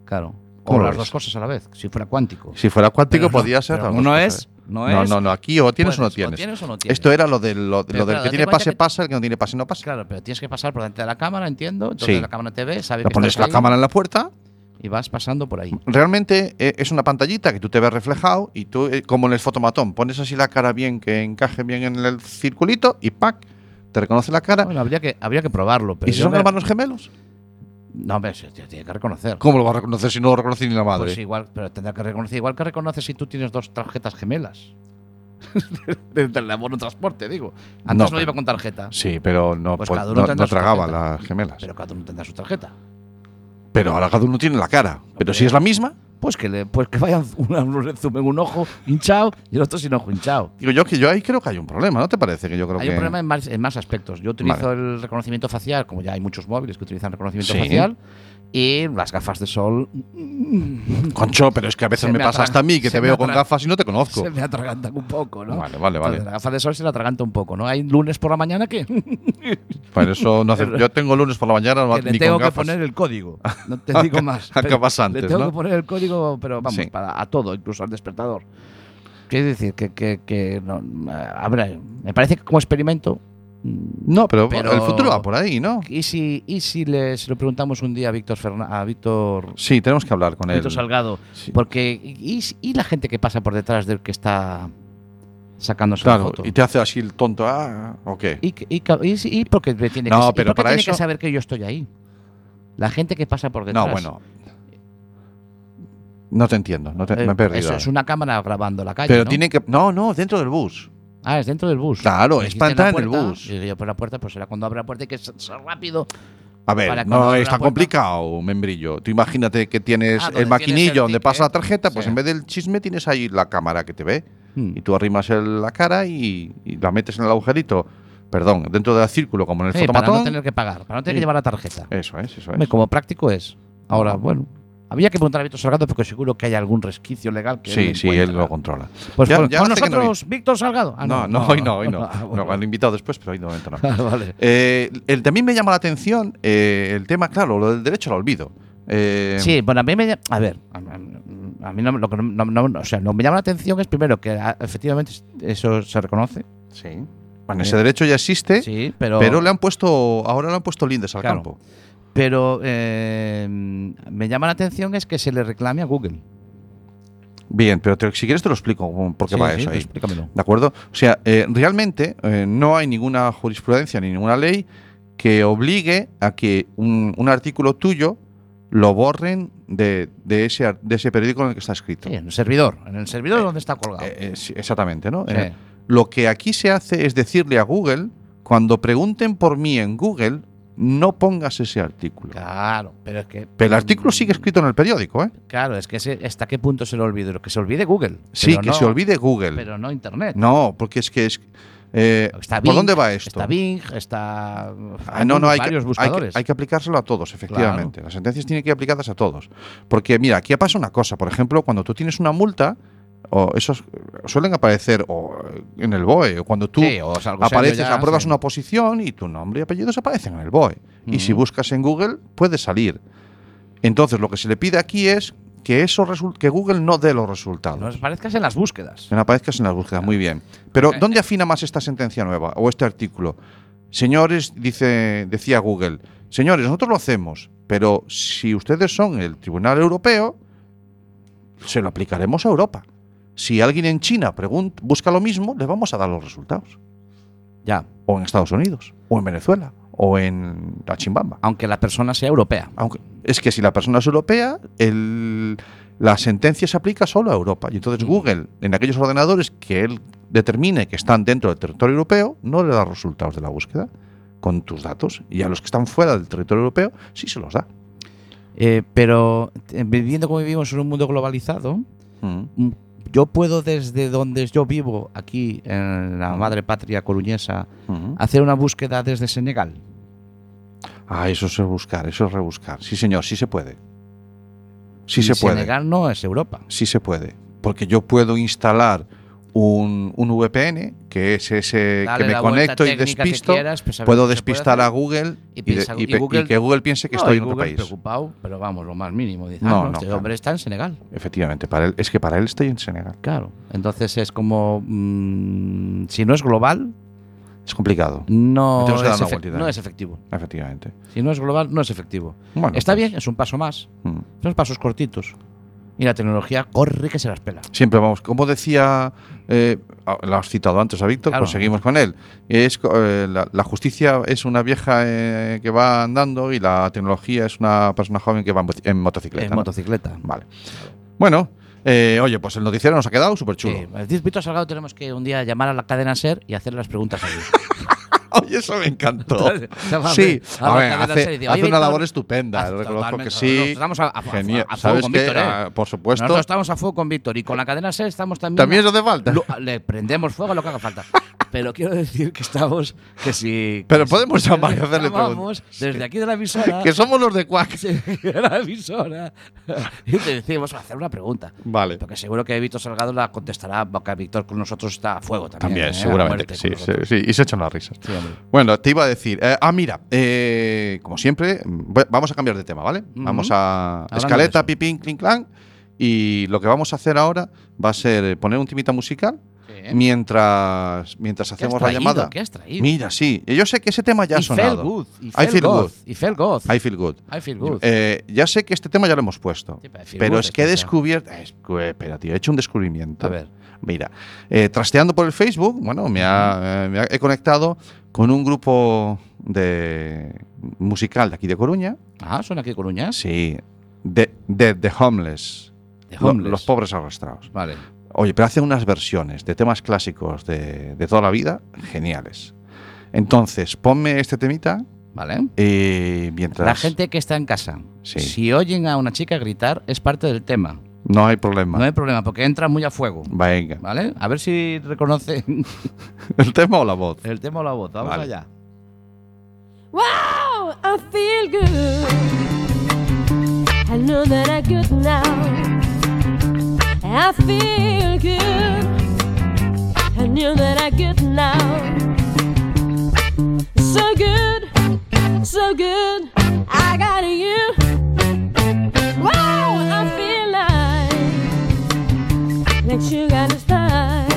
Speaker 4: Claro. O
Speaker 3: ¿Cómo lo
Speaker 4: las
Speaker 3: ves?
Speaker 4: dos cosas a la vez, si fuera cuántico.
Speaker 3: Si fuera cuántico,
Speaker 4: Pero no,
Speaker 3: podía ser.
Speaker 4: pero
Speaker 3: las
Speaker 4: como
Speaker 3: dos
Speaker 4: no
Speaker 3: cosas.
Speaker 4: es, no
Speaker 3: No,
Speaker 4: es,
Speaker 3: no, no, aquí o tienes o no
Speaker 4: puedes,
Speaker 3: tienes.
Speaker 4: tienes o no tienes.
Speaker 3: Esto era lo, de, lo,
Speaker 4: Pero
Speaker 3: lo del
Speaker 4: claro,
Speaker 3: que
Speaker 4: date
Speaker 3: tiene
Speaker 4: cuenta
Speaker 3: pase,
Speaker 4: que-
Speaker 3: pasa, el que no tiene pase, no pasa.
Speaker 4: Claro, pero tienes que pasar por delante de la cámara, entiendo. Entonces
Speaker 3: Sí.
Speaker 4: la cámara te ve, sabe
Speaker 3: Le
Speaker 4: que
Speaker 3: pones
Speaker 4: estás
Speaker 3: la
Speaker 4: ahí
Speaker 3: cámara en la puerta.
Speaker 4: y vas pasando por ahí.
Speaker 3: Realmente eh, es una pantallita que tú te ves reflejado y tú, eh, como en el fotomatón, pones así la cara bien, que encaje bien en el circulito y ¡pac! Te reconoce la cara.
Speaker 4: Bueno, habría que, habría que probarlo, pero
Speaker 3: ¿Y si
Speaker 4: yo
Speaker 3: son
Speaker 4: me-
Speaker 3: hermanos gemelos?
Speaker 4: No, hombre, se te tiene que reconocer.
Speaker 3: ¿Cómo lo va a reconocer si no lo reconoce ni la madre?
Speaker 4: Pues igual, pero tendrá que reconocer, igual que reconoce si tú tienes dos tarjetas gemelas. [laughs] Desde el abono transporte, digo.
Speaker 3: No,
Speaker 4: Antes no,
Speaker 3: pero-
Speaker 4: iba con tarjeta,
Speaker 3: Sí, pero no,
Speaker 4: Pues
Speaker 3: po-
Speaker 4: cada uno
Speaker 3: no-
Speaker 4: tendrá
Speaker 3: no
Speaker 4: su
Speaker 3: tragaba
Speaker 4: tarjeta.
Speaker 3: las gemelas. Pero,
Speaker 4: pero cada uno tendrá su tarjeta.
Speaker 3: ahora cada uno tiene la cara. Pero
Speaker 4: Hombre.
Speaker 3: si es la misma,
Speaker 4: Pues que, le, pues que [laughs] vaya un, un zoom en un ojo hinchado y el otro sin ojo hinchado.
Speaker 3: digo yo que yo ahí creo que hay un problema, ¿no te parece? Que yo creo
Speaker 4: Hay
Speaker 3: que.
Speaker 4: un problema en más, en más aspectos. Yo utilizo el reconocimiento facial, como ya hay muchos móviles que utilizan reconocimiento
Speaker 3: Sí.
Speaker 4: facial, y las gafas de [laughs] sol mm,
Speaker 3: Concho, pero es que a veces
Speaker 4: Se
Speaker 3: me,
Speaker 4: me
Speaker 3: pasa
Speaker 4: atra-
Speaker 3: hasta a mí, que
Speaker 4: se
Speaker 3: te
Speaker 4: me
Speaker 3: veo con
Speaker 4: atra-
Speaker 3: gafas y no te conozco.
Speaker 4: se me atragantan un poco, ¿no?
Speaker 3: Vale, vale, vale.
Speaker 4: Entonces, La gafa de sol se la atraganta un poco, ¿no? Hay lunes por la mañana que, que
Speaker 3: Por eso
Speaker 4: [laughs]
Speaker 3: no hace- yo tengo lunes por la mañana no-
Speaker 4: le
Speaker 3: ni
Speaker 4: tengo
Speaker 3: con
Speaker 4: que
Speaker 3: gafas.
Speaker 4: poner el [laughs] código. No te digo [laughs] más. pero
Speaker 3: Acabas antes,
Speaker 4: le tengo
Speaker 3: ¿no?
Speaker 4: que poner el código, pero vamos,
Speaker 3: Sí.
Speaker 4: para, a todo, incluso al despertador. Quiero decir que, que, que no, habrá- me parece que como experimento mm,
Speaker 3: No, pero,
Speaker 4: Pero-
Speaker 3: el futuro va por ahí, ¿no?
Speaker 4: ¿Y si, y si le, se lo preguntamos un día a Víctor Ferna- a Víctor,
Speaker 3: Sí, tenemos que hablar con él.
Speaker 4: Víctor Salgado?
Speaker 3: Sí.
Speaker 4: Porque y, y si- y la gente que pasa por detrás del que está sacándose la
Speaker 3: Claro,
Speaker 4: foto.
Speaker 3: y te hace así el tonto, ah, ¿o qué?
Speaker 4: Y, que- y que- y si- y porque me tiene,
Speaker 3: No,
Speaker 4: que, y
Speaker 3: pero
Speaker 4: porque
Speaker 3: para
Speaker 4: tiene
Speaker 3: eso-
Speaker 4: que saber que yo estoy ahí. La gente que pasa por detrás.
Speaker 3: No, bueno. No te entiendo, no te-
Speaker 4: Eh,
Speaker 3: me he perdido.
Speaker 4: Eso eh, es una cámara grabando la calle.
Speaker 3: pero
Speaker 4: ¿no?
Speaker 3: tienen que. No, no, dentro del bus.
Speaker 4: Ah, es dentro del bus.
Speaker 3: Claro,
Speaker 4: Me
Speaker 3: es
Speaker 4: dijiste
Speaker 3: para
Speaker 4: en la
Speaker 3: entrar en el
Speaker 4: puerta,
Speaker 3: bus.
Speaker 4: Y digo yo por la puerta, pues será cuando abra la puerta y que sea sea rápido.
Speaker 3: A ver,
Speaker 4: Para cuando
Speaker 3: no
Speaker 4: abra
Speaker 3: es
Speaker 4: la
Speaker 3: tan
Speaker 4: puerta.
Speaker 3: complicado, membrillo. Tú imagínate que tienes
Speaker 4: Ah, donde
Speaker 3: el
Speaker 4: tienes
Speaker 3: maquinillo
Speaker 4: el
Speaker 3: donde pasa la
Speaker 4: ticket.
Speaker 3: tarjeta, pues
Speaker 4: Sí.
Speaker 3: en vez del chisme tienes ahí la cámara que te ve.
Speaker 4: Hmm.
Speaker 3: Y tú arrimas el- la cara y, y la metes en el agujerito. Perdón, dentro del círculo, como en el
Speaker 4: Sí, para
Speaker 3: fotomatón.
Speaker 4: no tener que pagar, para no
Speaker 3: Sí.
Speaker 4: tener que llevar la tarjeta.
Speaker 3: Eso es, eso
Speaker 4: Hombre,
Speaker 3: es.
Speaker 4: como práctico es. Ahora, bueno, había que preguntar a Víctor Salgado porque seguro que hay algún resquicio legal que él
Speaker 3: Sí,
Speaker 4: no
Speaker 3: sí, él
Speaker 4: encuentra.
Speaker 3: lo controla.
Speaker 4: Pues
Speaker 3: Ya-
Speaker 4: con,
Speaker 3: ya
Speaker 4: con
Speaker 3: hace que no
Speaker 4: nosotros, Víctor Salgado. Ah,
Speaker 3: no, no, hoy no, hoy no.
Speaker 4: [laughs] Ah,
Speaker 3: No,
Speaker 4: bueno.
Speaker 3: lo han invitado después, pero hoy de momento no.
Speaker 4: Ah, vale.
Speaker 3: Eh, el- también me llama la atención eh, el tema, claro, lo del derecho al olvido. Eh,
Speaker 4: Sí, bueno, a mí me ll- a ver, a, a- a mí no, lo que no- no- no- o sea, lo que me llama la atención es primero que ah, efectivamente eso se reconoce,
Speaker 3: sí. Bueno, ese derecho ya existe,
Speaker 4: sí, pero
Speaker 3: pero le han puesto, ahora le han puesto lindes al
Speaker 4: Claro.
Speaker 3: campo.
Speaker 4: pero eh, me llama la atención es que se le reclame a Google.
Speaker 3: Bien, pero te- si quieres te lo explico mm, por qué
Speaker 4: Sí,
Speaker 3: va
Speaker 4: sí,
Speaker 3: eso
Speaker 4: tú
Speaker 3: ahí.
Speaker 4: Explícamelo.
Speaker 3: ¿De acuerdo? O sea, eh, realmente eh, no hay ninguna jurisprudencia ni ninguna ley que obligue a que un, un artículo tuyo lo borren de, de ese, ar- de ese periódico en el que está escrito.
Speaker 4: Sí, en el servidor, en el servidor donde está colgado.
Speaker 3: Eh, eh, sí, exactamente, ¿no?
Speaker 4: Sí.
Speaker 3: Eh, lo que aquí se hace es decirle a Google, cuando pregunten por mí en Google, no pongas ese artículo.
Speaker 4: Claro, pero es que
Speaker 3: Pero el artículo sigue escrito en el periódico, ¿eh?
Speaker 4: Claro, es que ese- hasta qué punto se lo olvide, lo que se olvide Google.
Speaker 3: Sí,
Speaker 4: pero
Speaker 3: que
Speaker 4: no-
Speaker 3: se olvide Google.
Speaker 4: Pero no Internet.
Speaker 3: No, porque es que es... eh,
Speaker 4: Está
Speaker 3: ¿Por
Speaker 4: Bing,
Speaker 3: dónde va esto?
Speaker 4: Está Bing, está.
Speaker 3: Ah, no, no, hay, que-
Speaker 4: varios
Speaker 3: hay que,
Speaker 4: buscadores.
Speaker 3: hay que aplicárselo a todos, efectivamente. Las sentencias tienen que ir aplicadas a todos. Porque, mira, aquí pasa una cosa. Por ejemplo, cuando tú tienes una multa, o esos eh, suelen aparecer o, eh, en el BOE, o cuando tú
Speaker 4: Sí, o salgo
Speaker 3: apareces,
Speaker 4: siendo ya,
Speaker 3: apruebas
Speaker 4: sí.
Speaker 3: una posición y tu nombre y apellidos aparecen en el BOE. Y si
Speaker 4: Ujú.
Speaker 3: buscas en Google, puede salir. Entonces, lo que se le pide aquí es que, eso resul- que Google no dé los resultados.
Speaker 4: No os parezcas en las búsquedas.
Speaker 3: Que no aparezcas en las búsquedas, muy bien. Pero,
Speaker 4: Eh,
Speaker 3: ¿dónde afina más esta sentencia nueva o este artículo? Señores, dice, decía Google, señores, nosotros lo hacemos, pero si ustedes son el Tribunal Europeo, se lo aplicaremos a Europa. Si alguien en China pregun- busca lo mismo, le vamos a dar los resultados.
Speaker 4: Ya.
Speaker 3: O en Estados Unidos, o en Venezuela, o en la Chimbamba.
Speaker 4: Aunque la persona sea europea.
Speaker 3: Aunque, es que si la persona es europea, el- la sentencia se aplica solo a Europa. Y entonces Google, en aquellos ordenadores que él determine que están dentro del territorio europeo, no le da resultados de la búsqueda con tus datos. Y a los que están fuera del territorio europeo, sí se los da.
Speaker 4: Eh, pero eh, viviendo como vivimos en un mundo globalizado, mm, yo puedo desde donde yo vivo, aquí en la madre patria coruñesa, hacer una búsqueda desde Senegal.
Speaker 3: Ah, eso es rebuscar, eso es rebuscar. Sí, señor, sí se puede. Sí
Speaker 4: Y
Speaker 3: se puede.
Speaker 4: Senegal no es Europa.
Speaker 3: Sí se puede. Porque yo puedo instalar un, un VPN, que es ese
Speaker 4: Dale
Speaker 3: que me
Speaker 4: la vuelta
Speaker 3: conecto y
Speaker 4: técnica que
Speaker 3: despisto.
Speaker 4: quieras, pues a ver
Speaker 3: puedo
Speaker 4: qué se puede
Speaker 3: despistar
Speaker 4: hacer.
Speaker 3: a Google
Speaker 4: Y
Speaker 3: y,
Speaker 4: piensa-
Speaker 3: de- y
Speaker 4: y
Speaker 3: pe- y
Speaker 4: Google-
Speaker 3: que Google piense que
Speaker 4: No,
Speaker 3: estoy
Speaker 4: y
Speaker 3: en otro
Speaker 4: Google
Speaker 3: país.
Speaker 4: preocupado, pero vamos, lo más mínimo. Dice,
Speaker 3: No,
Speaker 4: ah, no,
Speaker 3: no,
Speaker 4: este
Speaker 3: claro.
Speaker 4: hombre está en Senegal.
Speaker 3: Efectivamente, para él, es que para él estoy en Senegal.
Speaker 4: Claro. Entonces es como, mm, si no es global,
Speaker 3: Es complicado,
Speaker 4: no,
Speaker 3: Tenemos que
Speaker 4: es
Speaker 3: dar una
Speaker 4: efec-
Speaker 3: vueltita.
Speaker 4: no es efectivo.
Speaker 3: efectivamente.
Speaker 4: Si no es global, no es efectivo.
Speaker 3: Bueno,
Speaker 4: Está
Speaker 3: pues,
Speaker 4: bien, es un paso más.
Speaker 3: mm.
Speaker 4: Son pasos cortitos. Y la tecnología corre que se las pela.
Speaker 3: Siempre vamos, como decía, eh, ah, lo has citado antes a Víctor,
Speaker 4: Claro.
Speaker 3: pues seguimos con él. Es, co- eh, la, la justicia es una vieja eh, que va andando y la tecnología es una persona joven que va en, moci- en motocicleta.
Speaker 4: En
Speaker 3: ¿no?
Speaker 4: motocicleta.
Speaker 3: Vale. Bueno, eh, oye, pues el noticiero nos ha quedado súper chulo.
Speaker 4: Sí, el Víctor Salgado tenemos que un día llamar a la cadena SER y hacer las preguntas allí.
Speaker 3: [laughs] Oye, eso me
Speaker 4: [laughs]
Speaker 3: encantó.
Speaker 4: Llamar
Speaker 3: Sí,
Speaker 4: a la
Speaker 3: a ver,
Speaker 4: cadena SER y
Speaker 3: hace,
Speaker 4: decir, "Oye,
Speaker 3: hace una
Speaker 4: Víctor,
Speaker 3: labor estupenda.
Speaker 4: haz-
Speaker 3: Reconozco
Speaker 4: totalmente,
Speaker 3: que sí.
Speaker 4: estamos a- a- a-
Speaker 3: Genial.
Speaker 4: a fuego
Speaker 3: ¿Sabes
Speaker 4: con
Speaker 3: qué?
Speaker 4: Víctor, ¿eh?
Speaker 3: Ah, por supuesto.
Speaker 4: Nosotros estamos a fuego con Víctor y con la cadena SER estamos también.
Speaker 3: También eso hace falta.
Speaker 4: Lo- le prendemos fuego a lo que haga
Speaker 3: [laughs]
Speaker 4: falta. Pero quiero decir que estamos, que si...
Speaker 3: Pero
Speaker 4: que si-
Speaker 3: podemos
Speaker 4: que
Speaker 3: llamar y hacerle
Speaker 4: llamamos Desde aquí de la
Speaker 3: [laughs]
Speaker 4: emisora, [laughs]
Speaker 3: que somos los de Quack.
Speaker 4: de la emisora, y te decimos hacer una pregunta.
Speaker 3: Vale.
Speaker 4: Porque seguro que Víctor Salgado la contestará, porque Víctor con nosotros está a fuego también.
Speaker 3: También,
Speaker 4: ¿eh? A
Speaker 3: seguramente
Speaker 4: muerte
Speaker 3: que sí,
Speaker 4: con
Speaker 3: sí,
Speaker 4: nosotros.
Speaker 3: sí, Y se echan las risas.
Speaker 4: Sí, hombre.
Speaker 3: Bueno, te iba a decir. eh, ah, mira, eh, como siempre, mm, va- vamos a cambiar de tema, ¿vale? Vamos a
Speaker 4: Hablando de
Speaker 3: escaleta,
Speaker 4: eso.
Speaker 3: pipín, clink, clank. Y lo que vamos a hacer ahora va a ser eh, poner un timita musical
Speaker 4: Sí. ¿eh?
Speaker 3: mientras, mientras
Speaker 4: ¿Qué has
Speaker 3: hacemos la
Speaker 4: traído?
Speaker 3: llamada.
Speaker 4: ¿Qué has traído?
Speaker 3: Mira, sí. Yo sé que ese tema ya ha
Speaker 4: y feel
Speaker 3: sonado.
Speaker 4: good. Y
Speaker 3: I
Speaker 4: feel,
Speaker 3: feel
Speaker 4: good,
Speaker 3: good.
Speaker 4: Y feel good.
Speaker 3: I feel good.
Speaker 4: I feel good.
Speaker 3: Eh, ya sé que este tema ya lo hemos puesto.
Speaker 4: Sí, pero I feel
Speaker 3: Pero
Speaker 4: good
Speaker 3: es que he
Speaker 4: este.
Speaker 3: descubierto. es que, Espera, tío, he hecho un descubrimiento.
Speaker 4: A ver.
Speaker 3: Mira, eh, trasteando por el Facebook, bueno, me, ha- eh, me ha- he conectado con un grupo de musical de aquí de Coruña.
Speaker 4: Ah, son aquí Coruñas.
Speaker 3: Sí, de, de The Homeless.
Speaker 4: The
Speaker 3: Lo-
Speaker 4: Homeless.
Speaker 3: los pobres arrastrados.
Speaker 4: Vale.
Speaker 3: O- Oye, pero hace unas versiones de temas clásicos de, de toda la vida geniales. Entonces, ponme este temita
Speaker 4: ¿Vale?
Speaker 3: y mientras...
Speaker 4: La gente que está en casa,
Speaker 3: Sí.
Speaker 4: si oyen a una chica gritar, es parte del tema.
Speaker 3: No hay problema.
Speaker 4: No hay problema, porque entra muy a fuego.
Speaker 3: Venga.
Speaker 4: ¿Vale? A ver si reconocen [laughs]
Speaker 3: [laughs] ¿El tema o la voz?
Speaker 4: el tema o la voz. Vamos
Speaker 3: Vale.
Speaker 4: allá.
Speaker 5: Wow, I feel good. I know that I could now. I feel good. I knew that I could now. So good, so good. I got you. Wow, I feel like like sugar this time.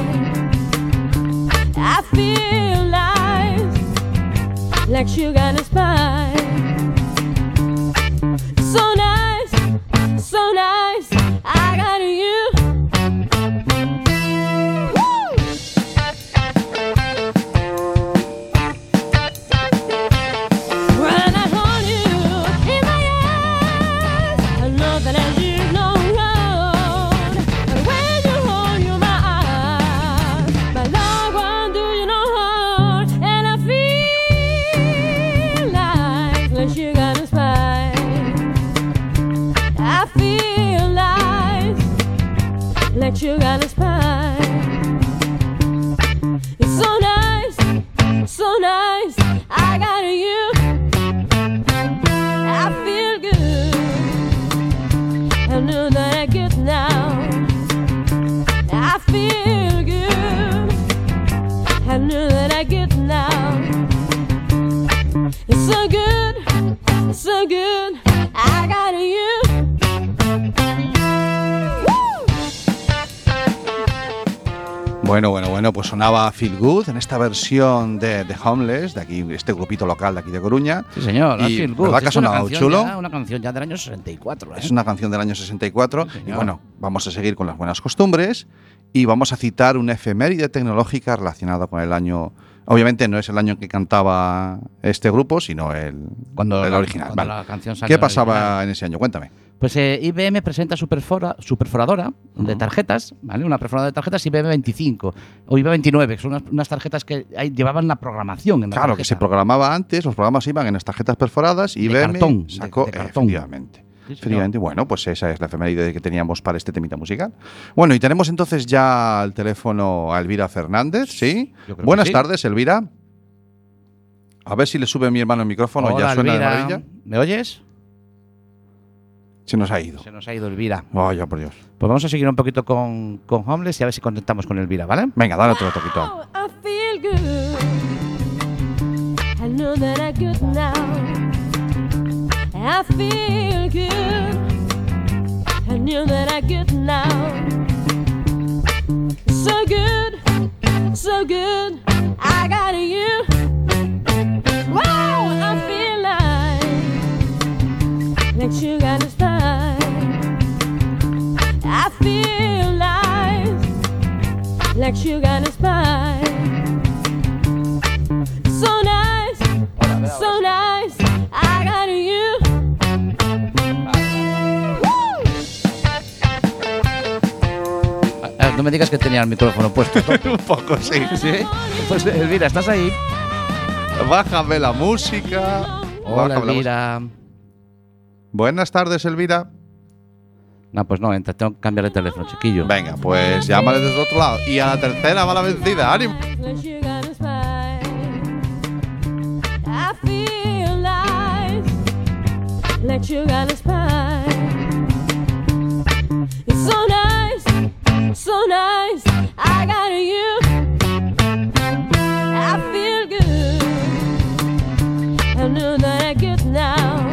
Speaker 5: I feel like like sugar and a spice. So nice, so nice, I got you. Woo! When I hold you in my arms, I know that I did no wrong. But when you hold you my arms, my love won't do you no harm, and I feel like like sugar and a spice. I feel like like sugar and a spice. It's so nice, so nice. I got you. I feel good. I know that I get now. I feel good. I know that I get now. It's so good, it's so good. I got you. Woo!
Speaker 3: Bueno, bueno, bueno, pues sonaba Feel Good en esta versión de, de Homeless, de aquí, este grupito local de aquí de Coruña.
Speaker 4: Sí, señor.
Speaker 3: Y,
Speaker 4: I feel good.
Speaker 3: ¿verdad que
Speaker 4: Es
Speaker 3: ha
Speaker 4: una
Speaker 3: sonado
Speaker 4: canción
Speaker 3: chulo?
Speaker 4: ya- una canción ya del año 64. ¿eh?
Speaker 3: Es una canción del año 64
Speaker 4: Sí,
Speaker 3: y
Speaker 4: señor.
Speaker 3: bueno, vamos a seguir con las buenas costumbres y vamos a citar una efeméride tecnológica relacionada con el año... Obviamente no es el año en que cantaba este grupo, sino el,
Speaker 4: Cuando
Speaker 3: el
Speaker 4: la-
Speaker 3: original.
Speaker 4: cuando
Speaker 3: Vale.
Speaker 4: la canción salió
Speaker 3: ¿Qué pasaba
Speaker 4: original.
Speaker 3: en ese año? Cuéntame.
Speaker 4: Pues eh, IBM presenta su, perfora- su perforadora de
Speaker 3: Ujú.
Speaker 4: tarjetas, ¿vale? Una perforadora de tarjetas IBM 25 o IBM 29, que son unas, unas tarjetas que ahí llevaban la programación en la
Speaker 3: Claro, que se
Speaker 4: tarjeta.
Speaker 3: programaba antes, los programas iban en las tarjetas perforadas y
Speaker 4: De
Speaker 3: IBM
Speaker 4: cartón, de-
Speaker 3: sacó...
Speaker 4: de cartón.
Speaker 3: Efectivamente.
Speaker 4: Sí, señor.
Speaker 3: Efectivamente, bueno, pues esa es la efeméride que teníamos para este temita musical. Bueno, y tenemos entonces ya al teléfono a Elvira Fernández, ¿sí?
Speaker 4: Yo creo que
Speaker 3: Buenas
Speaker 4: sí.
Speaker 3: tardes, Elvira. A ver si le sube mi hermano el micrófono,
Speaker 4: Hola,
Speaker 3: ya suena de
Speaker 4: Elvira.
Speaker 3: maravilla.
Speaker 4: ¿Me oyes?
Speaker 3: Se nos ha ido.
Speaker 4: Se nos ha ido Elvira.
Speaker 3: Vaya, por Dios.
Speaker 4: Pues vamos a seguir un poquito con, con Homeless y a ver si contactamos con Elvira, ¿vale?
Speaker 3: Venga, dale otro
Speaker 4: [laughs]
Speaker 3: toquito.
Speaker 5: Wow, I feel good. I know that I could now. I feel good. I knew that I could now. So good, so good. I got you. Wow, I feel like like sugar and a spice. I feel like like sugar and a spice. So nice, so nice, I got you. Woo!
Speaker 4: Ah, No me digas que tenía el micrófono
Speaker 3: [laughs]
Speaker 4: puesto.
Speaker 3: Un poco, sí.
Speaker 4: ¿Sí? Pues Elvira, ¿estás ahí?
Speaker 3: Bájame la música.
Speaker 4: Hola,
Speaker 3: Bájame la
Speaker 4: Elvira.
Speaker 3: música. Buenas tardes, Elvira.
Speaker 4: No, pues no, entra, tengo que cambiar de teléfono, chiquillo.
Speaker 3: Venga, pues llámale desde otro lado. Y a la tercera va la vencida. ¡Ánimo!
Speaker 5: Like sugar and a spice. I feel like like sugar and a spice. It's so nice, so nice, I got you. I feel good. I know that I get now.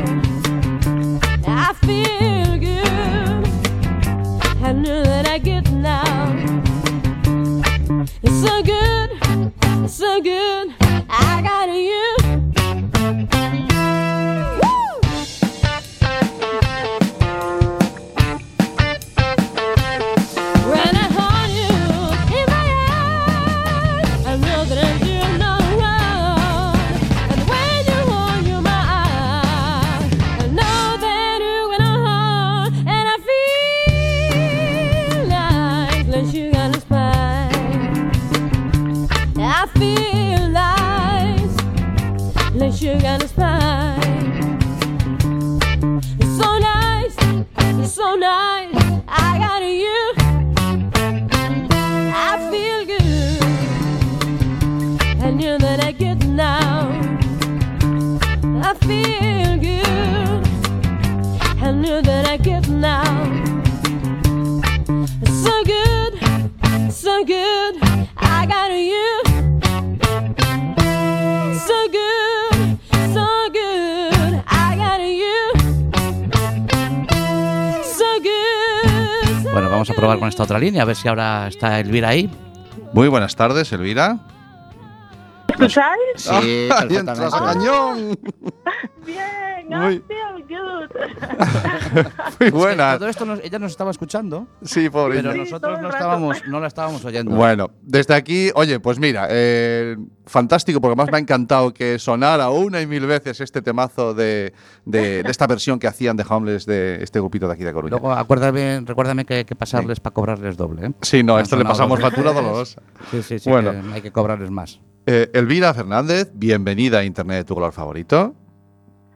Speaker 5: I feel good. I know that I get now. It's so good, it's so good. I got you. Woo! When I hold you in my arms, I know that I do no wrong. And when you hold you my arms, I know that you went on. And I feel like like sugar feel like like sugar and spice. It's so nice, it's so nice. I got you. I feel good, and you that I get now. I feel good, and you that I get now. It's so good, so good. I got you. So good, so good. I got you. So good. so
Speaker 4: Bueno, vamos a probar con esta
Speaker 5: good.
Speaker 4: otra línea, a ver si ahora está Elvira ahí.
Speaker 3: Muy buenas tardes, Elvira.
Speaker 4: [laughs]
Speaker 6: ¿Escucháis?
Speaker 4: Sí,
Speaker 3: Ah, y entras a cañón.
Speaker 6: Bien,
Speaker 3: Muy-
Speaker 6: I feel good.
Speaker 3: [laughs] Muy
Speaker 4: Buena.
Speaker 3: buenas.
Speaker 4: Todo esto nos- ella nos estaba escuchando,
Speaker 3: Sí, pobre.
Speaker 4: pero
Speaker 6: Sí, todo
Speaker 4: nosotros
Speaker 6: el
Speaker 4: no
Speaker 6: rato.
Speaker 4: estábamos, no la estábamos oyendo.
Speaker 3: Bueno, desde aquí, oye, pues mira, eh, fantástico, porque más me ha encantado que sonara una y mil veces este temazo de, de- de esta versión que hacían de Homeless de este grupito de aquí de Coruña.
Speaker 4: Luego acuérdame, recuérdame que hay que pasarles para cobrarles doble. ¿eh?
Speaker 3: sí, no,
Speaker 4: Me
Speaker 3: a
Speaker 4: han
Speaker 3: esto le
Speaker 4: sonado
Speaker 3: pasamos
Speaker 4: dos
Speaker 3: factura
Speaker 4: veces.
Speaker 3: dolorosa.
Speaker 4: [laughs] Sí, sí, sí.
Speaker 3: Bueno.
Speaker 4: que hay que cobrarles más.
Speaker 3: Eh, Elvira Fernández, bienvenida a Internet de tu color favorito.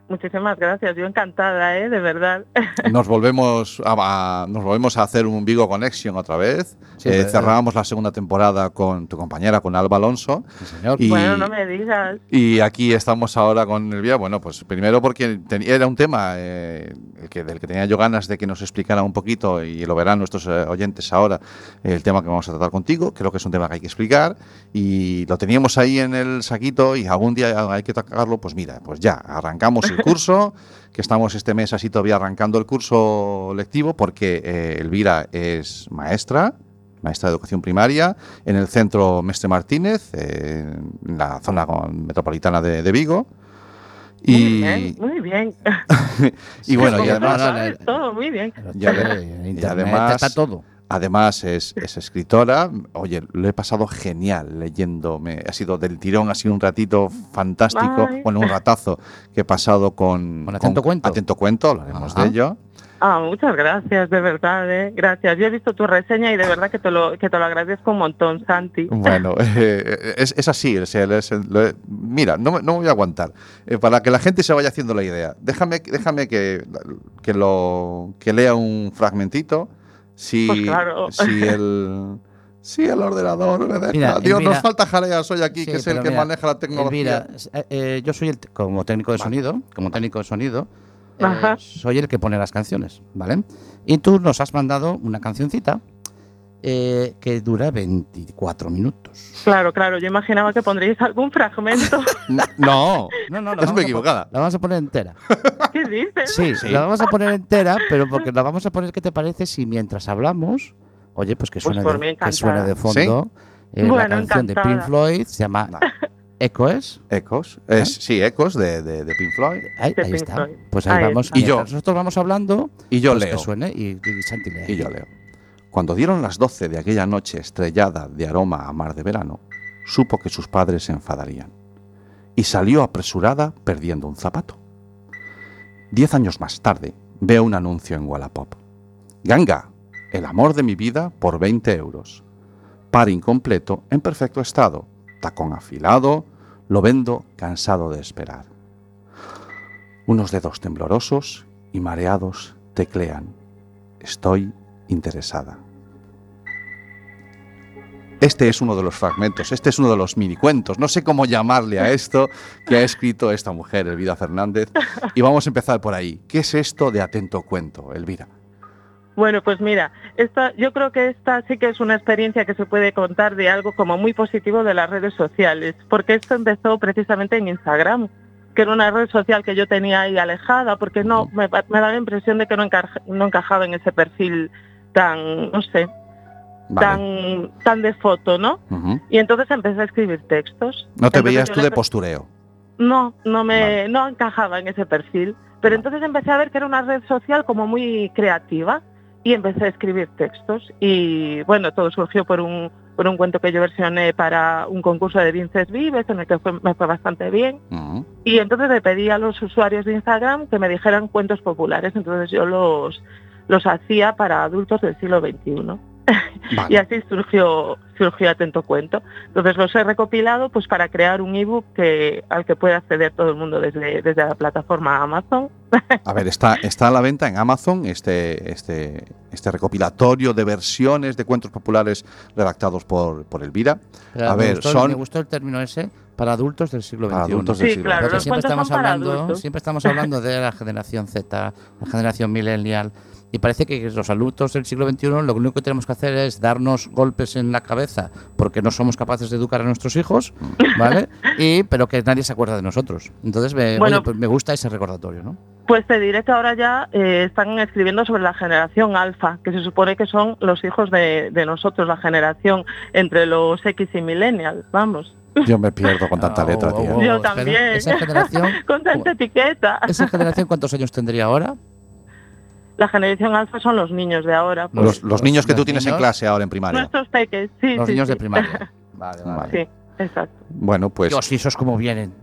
Speaker 6: Muchísimas gracias, yo encantada, ¿eh? de verdad.
Speaker 3: Nos volvemos a, a- nos volvemos a hacer un Vigo Connection otra vez.
Speaker 4: Sí,
Speaker 3: Eh,
Speaker 4: pero-
Speaker 3: cerrábamos la segunda temporada con tu compañera, con Alba Alonso.
Speaker 4: Sí, señor.
Speaker 3: Y-
Speaker 6: Bueno, no me digas.
Speaker 3: Y aquí estamos ahora con Elvira. Bueno, pues primero porque ten- era un tema eh, el que, del que tenía yo ganas de que nos explicara un poquito, y lo verán nuestros eh, oyentes ahora, el tema que vamos a tratar contigo. Creo que es un tema que hay que explicar. Y lo teníamos ahí en el saquito y algún día hay que tocarlo. Pues mira, pues ya, arrancamos el curso,
Speaker 6: [laughs]
Speaker 3: que estamos este mes así todavía arrancando el curso lectivo, porque eh, Elvira es maestra maestra de educación primaria, en el centro Mestre Martínez, eh, en la zona con- metropolitana de, de Vigo.
Speaker 6: Muy
Speaker 3: Y,
Speaker 6: bien, muy bien.
Speaker 3: y bueno, y
Speaker 6: Como [laughs]
Speaker 3: además,
Speaker 6: tú
Speaker 4: ahora le-
Speaker 6: sabes, todo muy bien.
Speaker 3: y ade-
Speaker 4: En
Speaker 3: y
Speaker 4: internet
Speaker 3: además-
Speaker 4: está todo.
Speaker 3: además es, es escritora. Oye, lo he pasado genial leyéndome. Ha sido del tirón, ha sido un ratito fantástico,
Speaker 6: Ay.
Speaker 3: bueno, un ratazo que he pasado con...
Speaker 4: Con Atento Cuento.
Speaker 3: Atento Cuento, hablaremos
Speaker 4: Ajá.
Speaker 3: de ello.
Speaker 6: Ah, muchas gracias, de verdad, ¿eh? gracias. Yo he visto tu reseña y de verdad que te lo, que te lo agradezco un montón, Santi.
Speaker 3: Bueno, [laughs] eh, es, es así. o sea, es el- lo- mira, no, me- no me voy a aguantar. Eh, para que la gente se vaya haciendo la idea, déjame, déjame que, que, lo, que lea un fragmentito. Si,
Speaker 6: Pues claro.
Speaker 3: si el. si el ordenador. me deja.
Speaker 4: Mira,
Speaker 3: Dios,
Speaker 4: Elvira-
Speaker 3: nos falta jareas hoy aquí,
Speaker 4: Sí,
Speaker 3: que es el
Speaker 4: pero
Speaker 3: que
Speaker 4: mira,
Speaker 3: maneja la tecnología.
Speaker 4: Elvira, s- eh, eh, yo soy el t- como técnico de sonido, como técnico de sonido, eh,
Speaker 6: Ajá.
Speaker 4: soy el que pone las canciones, ¿vale? Y tú nos has mandado una cancioncita eh, que dura 24 minutos.
Speaker 6: Claro, claro, yo imaginaba que pondríais algún fragmento. [laughs]
Speaker 3: No,
Speaker 4: No, no, la
Speaker 3: estás
Speaker 4: vamos a
Speaker 3: muy
Speaker 4: pon-
Speaker 3: equivocada.
Speaker 4: La vamos a poner entera.
Speaker 6: ¿Qué dices?
Speaker 4: Sí,
Speaker 3: Sí.
Speaker 4: la vamos a poner entera, pero porque la vamos a poner, ¿qué te parece si mientras hablamos, oye, pues que
Speaker 6: Pues
Speaker 4: suene,
Speaker 6: por mí
Speaker 4: de, que
Speaker 6: encantada.
Speaker 4: suene de fondo eh, la
Speaker 6: Bueno,
Speaker 4: canción de Pink
Speaker 6: encantada.
Speaker 4: Floyd, se llama
Speaker 3: No,
Speaker 4: Echoes.
Speaker 3: Ecos. Es-
Speaker 4: ¿Eh?
Speaker 3: sí, Ecos de, de, de Pink Floyd.
Speaker 4: Ahí,
Speaker 6: De
Speaker 4: ahí
Speaker 6: Pink
Speaker 4: está.
Speaker 6: Floyd.
Speaker 4: Pues ahí,
Speaker 6: Ahí
Speaker 4: vamos.
Speaker 6: está.
Speaker 3: Y yo.
Speaker 4: Mientras Nosotros vamos hablando.
Speaker 3: Y yo
Speaker 4: pues
Speaker 3: leo.
Speaker 4: Que suene y, y Santi lee.
Speaker 3: Y yo leo. Cuando dieron las doce de aquella noche estrellada de aroma a mar de verano, supo que sus padres se enfadarían. Y salió apresurada perdiendo un zapato. Diez años más tarde, veo un anuncio en Wallapop. Ganga, el amor de mi vida por 20 euros. Par incompleto en perfecto estado, tacón afilado, lo vendo cansado de esperar. Unos dedos temblorosos y mareados teclean Estoy interesada. Este es uno de los fragmentos, este es uno de los minicuentos, no sé cómo llamarle a esto que ha escrito esta mujer, Elvira Fernández. Y vamos a empezar por ahí. ¿Qué es esto de atento cuento, Elvira?
Speaker 6: Bueno, pues mira, esta, yo creo que esta sí que es una experiencia que se puede contar de algo como muy positivo de las redes sociales, porque esto empezó precisamente en Instagram, que era una red social que yo tenía ahí alejada, porque no, me, me da la impresión de que no, encaja- no encajaba en ese perfil tan, no sé,
Speaker 3: Vale.
Speaker 6: tan, tan de foto, ¿no?
Speaker 3: Ujú.
Speaker 6: Y entonces empecé a escribir textos.
Speaker 3: No te
Speaker 6: Entonces
Speaker 3: veías
Speaker 6: yo
Speaker 3: tú
Speaker 6: le
Speaker 3: de
Speaker 6: pre-
Speaker 3: postureo.
Speaker 6: no, no me
Speaker 3: Vale.
Speaker 6: no encajaba en ese perfil. Pero entonces empecé a ver que era una red social como muy creativa y empecé a escribir textos. Y bueno, todo surgió por un, por un cuento que yo versioné para un concurso de Vinces Vives, en el que fue- me fue bastante bien.
Speaker 3: Ujú.
Speaker 6: Y entonces le pedí a los usuarios de Instagram que me dijeran cuentos populares. Entonces yo los, los hacía para adultos del siglo XXI.
Speaker 3: Vale.
Speaker 6: Y así surgió, surgió Atento Cuento. Entonces los he recopilado pues para crear un ebook que, al que pueda acceder todo el mundo desde, desde la plataforma Amazon.
Speaker 3: A ver, está, está a la venta en Amazon este, este, este recopilatorio de versiones de cuentos populares redactados por, por Elvira.
Speaker 4: Pero
Speaker 3: A
Speaker 4: me
Speaker 3: ver,
Speaker 4: gustó,
Speaker 3: son-
Speaker 4: me gustó el término ese para adultos del siglo XXI.
Speaker 3: Para adultos del
Speaker 6: Sí,
Speaker 3: siglo
Speaker 6: claro,
Speaker 4: Porque
Speaker 6: los
Speaker 4: siempre
Speaker 6: cuentos
Speaker 4: estamos
Speaker 6: son para
Speaker 4: hablando,
Speaker 6: adultos.
Speaker 4: siempre estamos hablando de la generación Z, la generación millennial. Y parece que los adultos del siglo XXI lo único que tenemos que hacer es darnos golpes en la cabeza porque no somos capaces de educar a nuestros hijos,
Speaker 6: [laughs]
Speaker 4: ¿vale? Y, pero que nadie se acuerda de nosotros. Entonces me,
Speaker 6: Bueno.
Speaker 4: oye, pues me gusta ese recordatorio, ¿no?
Speaker 6: Pues te diré que ahora ya eh, están escribiendo sobre la generación alfa, que se supone que son los hijos de, de nosotros, la generación entre los X y millennials, vamos.
Speaker 3: [laughs] Yo me pierdo con tanta
Speaker 4: Ah,
Speaker 3: letra,
Speaker 4: oh,
Speaker 3: tío.
Speaker 4: oh,
Speaker 6: Yo
Speaker 4: espera,
Speaker 6: también.
Speaker 4: Esa generación,
Speaker 6: Con tanta etiqueta.
Speaker 4: ¿Esa generación cuántos años tendría ahora?
Speaker 6: La generación alfa son los niños de ahora. pues.
Speaker 3: Los, los niños que
Speaker 4: los
Speaker 3: tú tienes en
Speaker 4: niños-
Speaker 3: clase ahora en primaria.
Speaker 6: Nuestros peques, sí.
Speaker 4: Los
Speaker 6: sí,
Speaker 4: niños
Speaker 6: sí.
Speaker 4: de primaria.
Speaker 6: [laughs]
Speaker 4: Vale, vale.
Speaker 3: Vale.
Speaker 6: Sí, exacto.
Speaker 3: Bueno, pues
Speaker 4: Dios, si esos como vienen.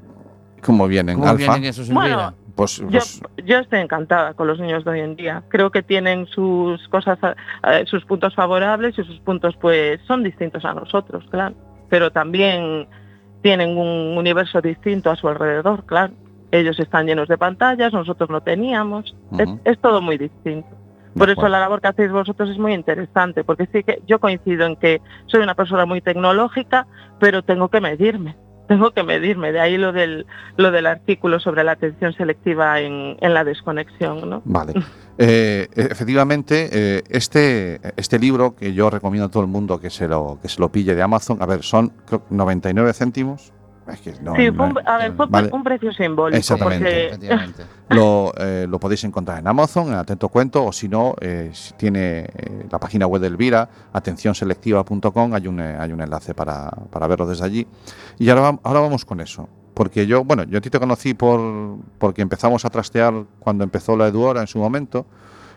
Speaker 3: como vienen
Speaker 4: ¿Cómo
Speaker 3: alfa,
Speaker 4: vienen esos en
Speaker 6: Bueno,
Speaker 4: vida?
Speaker 3: pues,
Speaker 6: Yo,
Speaker 3: pues,
Speaker 6: yo estoy encantada con los niños de hoy en día. Creo que tienen sus cosas, eh, sus puntos favorables y sus puntos pues son distintos a nosotros, claro. Pero también tienen un universo distinto a su alrededor, claro. Ellos están llenos de pantallas, nosotros no teníamos. Es-
Speaker 3: Ujú.
Speaker 6: es, todo muy distinto.
Speaker 3: de
Speaker 6: Por eso
Speaker 3: acuerdo.
Speaker 6: la labor que hacéis vosotros es muy interesante, porque sí que yo coincido en que soy una persona muy tecnológica, pero tengo que medirme, [laughs] tengo que medirme. De ahí lo del, lo del artículo sobre la atención selectiva en, en la desconexión, ¿no?
Speaker 3: Vale. Eh, efectivamente, eh, este, este libro que yo recomiendo a todo el mundo que se lo, que se lo pille de Amazon, a ver, son creo, 99 céntimos. Es que no-
Speaker 6: sí,
Speaker 3: no-
Speaker 6: fue un, a ver, fue
Speaker 3: Vale.
Speaker 6: un precio simbólico,
Speaker 3: Exactamente.
Speaker 6: porque
Speaker 4: Efectivamente.
Speaker 3: lo, eh, lo podéis encontrar en Amazon, en Atento Cuento, o si no, eh, si tiene eh, la página web de Elvira, atencionselectiva.com, hay un, eh, hay un enlace para, para verlo desde allí. Y ahora, vam- ahora vamos con eso. Porque yo, bueno, yo a ti te conocí por, porque empezamos a trastear cuando empezó la Eduora en su momento.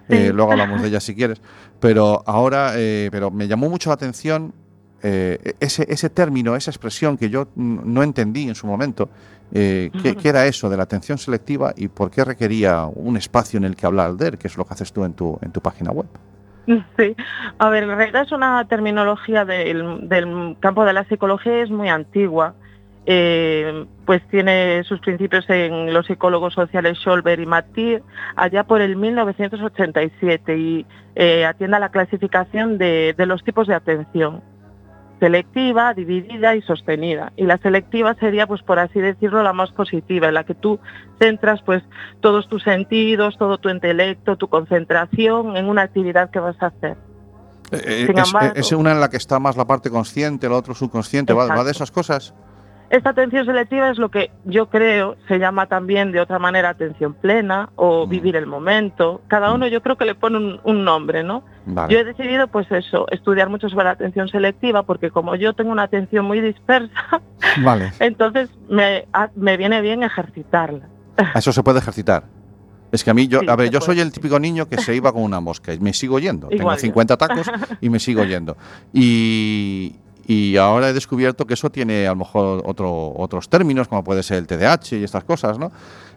Speaker 3: Eh,
Speaker 6: Sí.
Speaker 3: luego hablamos de ella si quieres. Pero ahora, eh, pero me llamó mucho la atención eh, ese, ese término, esa expresión que yo mm, no entendí en su momento, eh, ¿qué, qué era eso de la atención selectiva y por qué requería un espacio en el que hablar de él, que es lo que haces tú en tu, en tu página web?
Speaker 6: [laughs] Sí, a ver, en realidad es una terminología del, del campo de la psicología, es muy antigua. Eh, pues tiene sus principios en los psicólogos sociales Scholberg y Matir, allá por el 1987, y eh, atiende a la clasificación de, de los tipos de atención selectiva, dividida y sostenida. Y la selectiva sería, pues por así decirlo, la más positiva, en la que tú centras pues todos tus sentidos, todo tu intelecto, tu concentración en una actividad que vas a hacer.
Speaker 3: Eh,
Speaker 6: Sin
Speaker 3: es,
Speaker 6: embargo-
Speaker 3: es una en la que está más la parte consciente, la otra subconsciente, ¿va, va de
Speaker 6: Exacto.
Speaker 3: esas cosas?
Speaker 6: Esta atención selectiva es lo que yo creo se llama también de otra manera atención plena o
Speaker 3: Mm.
Speaker 6: vivir el momento. Cada uno yo creo que le pone un, un nombre, ¿no?
Speaker 3: Vale.
Speaker 6: Yo he decidido pues eso, estudiar mucho sobre la atención selectiva porque como yo tengo una atención muy dispersa, [laughs]
Speaker 3: vale.
Speaker 6: entonces me, a- me viene bien ejercitarla.
Speaker 3: A Eso se puede ejercitar. Es que a mí, yo,
Speaker 6: Sí,
Speaker 3: a ver,
Speaker 6: se
Speaker 3: yo soy
Speaker 6: puede,
Speaker 3: el típico niño que se iba con una mosca y me sigo yendo. Tengo
Speaker 6: Igual yo.
Speaker 3: 50 tacos y me sigo yendo. Y, y ahora he descubierto que eso tiene a lo mejor otro, otros términos, como puede ser el TDAH y estas cosas, ¿no?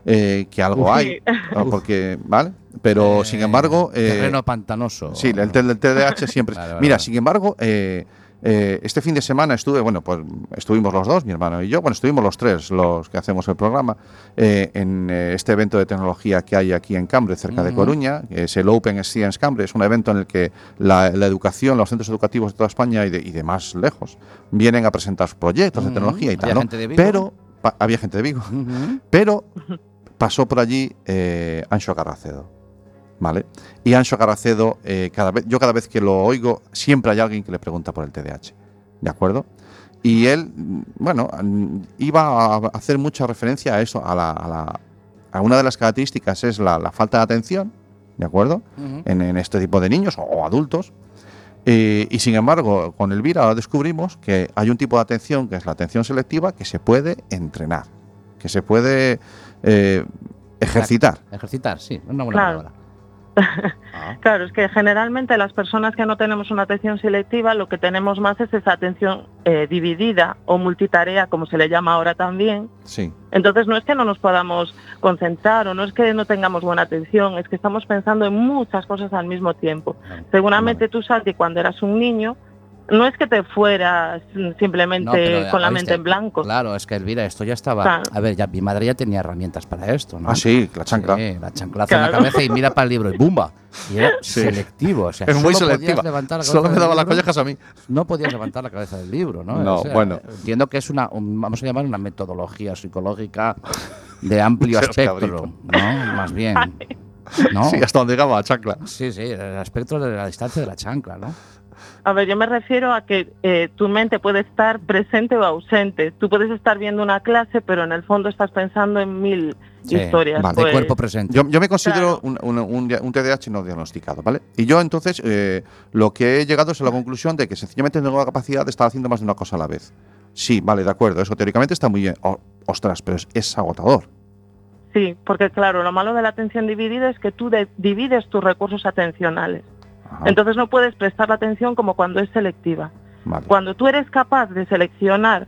Speaker 3: Eh, que algo
Speaker 4: Uf.
Speaker 3: hay. ¿no?
Speaker 4: Uf.
Speaker 3: Porque, ¿vale? Pero,
Speaker 4: Eh,
Speaker 3: sin embargo... eh,
Speaker 4: terreno pantanoso.
Speaker 3: Sí, el, T- el TDAH siempre. es-
Speaker 4: Vale, vale,
Speaker 3: Mira,
Speaker 4: vale.
Speaker 3: sin embargo, eh, eh, este fin de semana estuve, bueno, pues estuvimos los dos, mi hermano y yo, bueno, estuvimos los tres, los que hacemos el programa, eh, en eh, este evento de tecnología que hay aquí en Cambre, cerca de
Speaker 4: Ujú.
Speaker 3: Coruña, que es el Open Science Cambre, es un evento en el que la, la educación, los centros educativos de toda España y de, y de más lejos, vienen a presentar sus proyectos de
Speaker 4: Ujú.
Speaker 3: tecnología y
Speaker 4: Había
Speaker 3: tal, ¿no?
Speaker 4: gente de Vigo.
Speaker 3: Pero pa- había gente de Vigo.
Speaker 4: Ujú.
Speaker 3: Pero pasó por allí eh, Ancho Carracedo. ¿Vale? Y Ancho Carracedo, eh, cada vez, yo cada vez que lo oigo, siempre hay alguien que le pregunta por el TDAH. ¿De acuerdo? Y él, mm, bueno, mm, iba a hacer mucha referencia a eso, a, la, a, la- a una de las características es la, la falta de atención, ¿de acuerdo?
Speaker 4: Ujú.
Speaker 3: en, en este tipo de niños o, o adultos. Eh, y sin embargo, con Elvira ahora descubrimos que hay un tipo de atención, que es la atención selectiva, que se puede entrenar, que se puede eh, ejercitar.
Speaker 4: Ejercitar, sí, una buena
Speaker 6: Claro.
Speaker 4: palabra.
Speaker 3: Ah,
Speaker 6: Claro, es que generalmente las personas que no tenemos una atención selectiva lo que tenemos más es esa atención eh, dividida o multitarea, como se le llama ahora también.
Speaker 3: sí.
Speaker 6: Entonces no es que no nos podamos concentrar o no es que no tengamos buena atención, es que estamos pensando en muchas cosas al mismo tiempo.
Speaker 4: Ah,
Speaker 6: Seguramente tú, Santi, cuando eras un niño, no es que te fueras mm,
Speaker 4: No,
Speaker 6: simplemente
Speaker 4: pero,
Speaker 6: con la
Speaker 4: ¿viste?
Speaker 6: mente en blanco.
Speaker 4: Claro, es que Elvira, esto ya estaba.
Speaker 6: pues- Claro.
Speaker 4: A ver, ya mi madre ya tenía herramientas para esto, ¿no?
Speaker 3: Ah, sí, la chancla.
Speaker 4: Sí, la chanclaza en la
Speaker 6: Claro.
Speaker 4: cabeza y mira para el libro y ¡bumba! Y era
Speaker 3: Sí.
Speaker 4: selectivo. O sea,
Speaker 3: Es muy
Speaker 4: solo podías
Speaker 3: selectiva.
Speaker 4: levantar la cabeza
Speaker 3: Solo me
Speaker 4: del
Speaker 3: daba las
Speaker 4: libro,
Speaker 3: collejas a mí.
Speaker 4: No podías levantar la cabeza del libro, ¿no?
Speaker 3: No,
Speaker 4: O sea,
Speaker 3: bueno.
Speaker 4: Entiendo que es una, un- vamos a llamar una metodología psicológica
Speaker 3: [laughs]
Speaker 4: de amplio
Speaker 3: Seas
Speaker 4: espectro, ¿no? Más
Speaker 6: [laughs]
Speaker 4: bien. ¿No?
Speaker 3: Sí, hasta donde llegaba la chancla.
Speaker 4: Sí, sí, el espectro de la distancia de la chancla, ¿no?
Speaker 6: A ver, yo me refiero a que eh, tu mente puede estar presente o ausente. Tú puedes estar viendo una clase, pero en el fondo estás pensando en mil
Speaker 4: Sí,
Speaker 6: historias.
Speaker 3: vale,
Speaker 4: De
Speaker 6: pues.
Speaker 4: cuerpo presente.
Speaker 3: Yo, yo me considero un, un, un dia- un TDAH no diagnosticado, ¿vale? Y yo entonces eh, lo que he llegado es a la conclusión de que sencillamente no tengo la capacidad de estar haciendo más de una cosa a la vez. Sí, vale, de acuerdo, eso teóricamente está muy bien. O- ostras, pero es, es agotador.
Speaker 6: Sí, porque claro, lo malo de la atención dividida es que tú de- divides tus recursos atencionales.
Speaker 4: Ah.
Speaker 3: Ajá,
Speaker 6: Entonces no puedes prestar la atención como cuando es selectiva.
Speaker 3: vale.
Speaker 6: Cuando tú eres capaz de seleccionar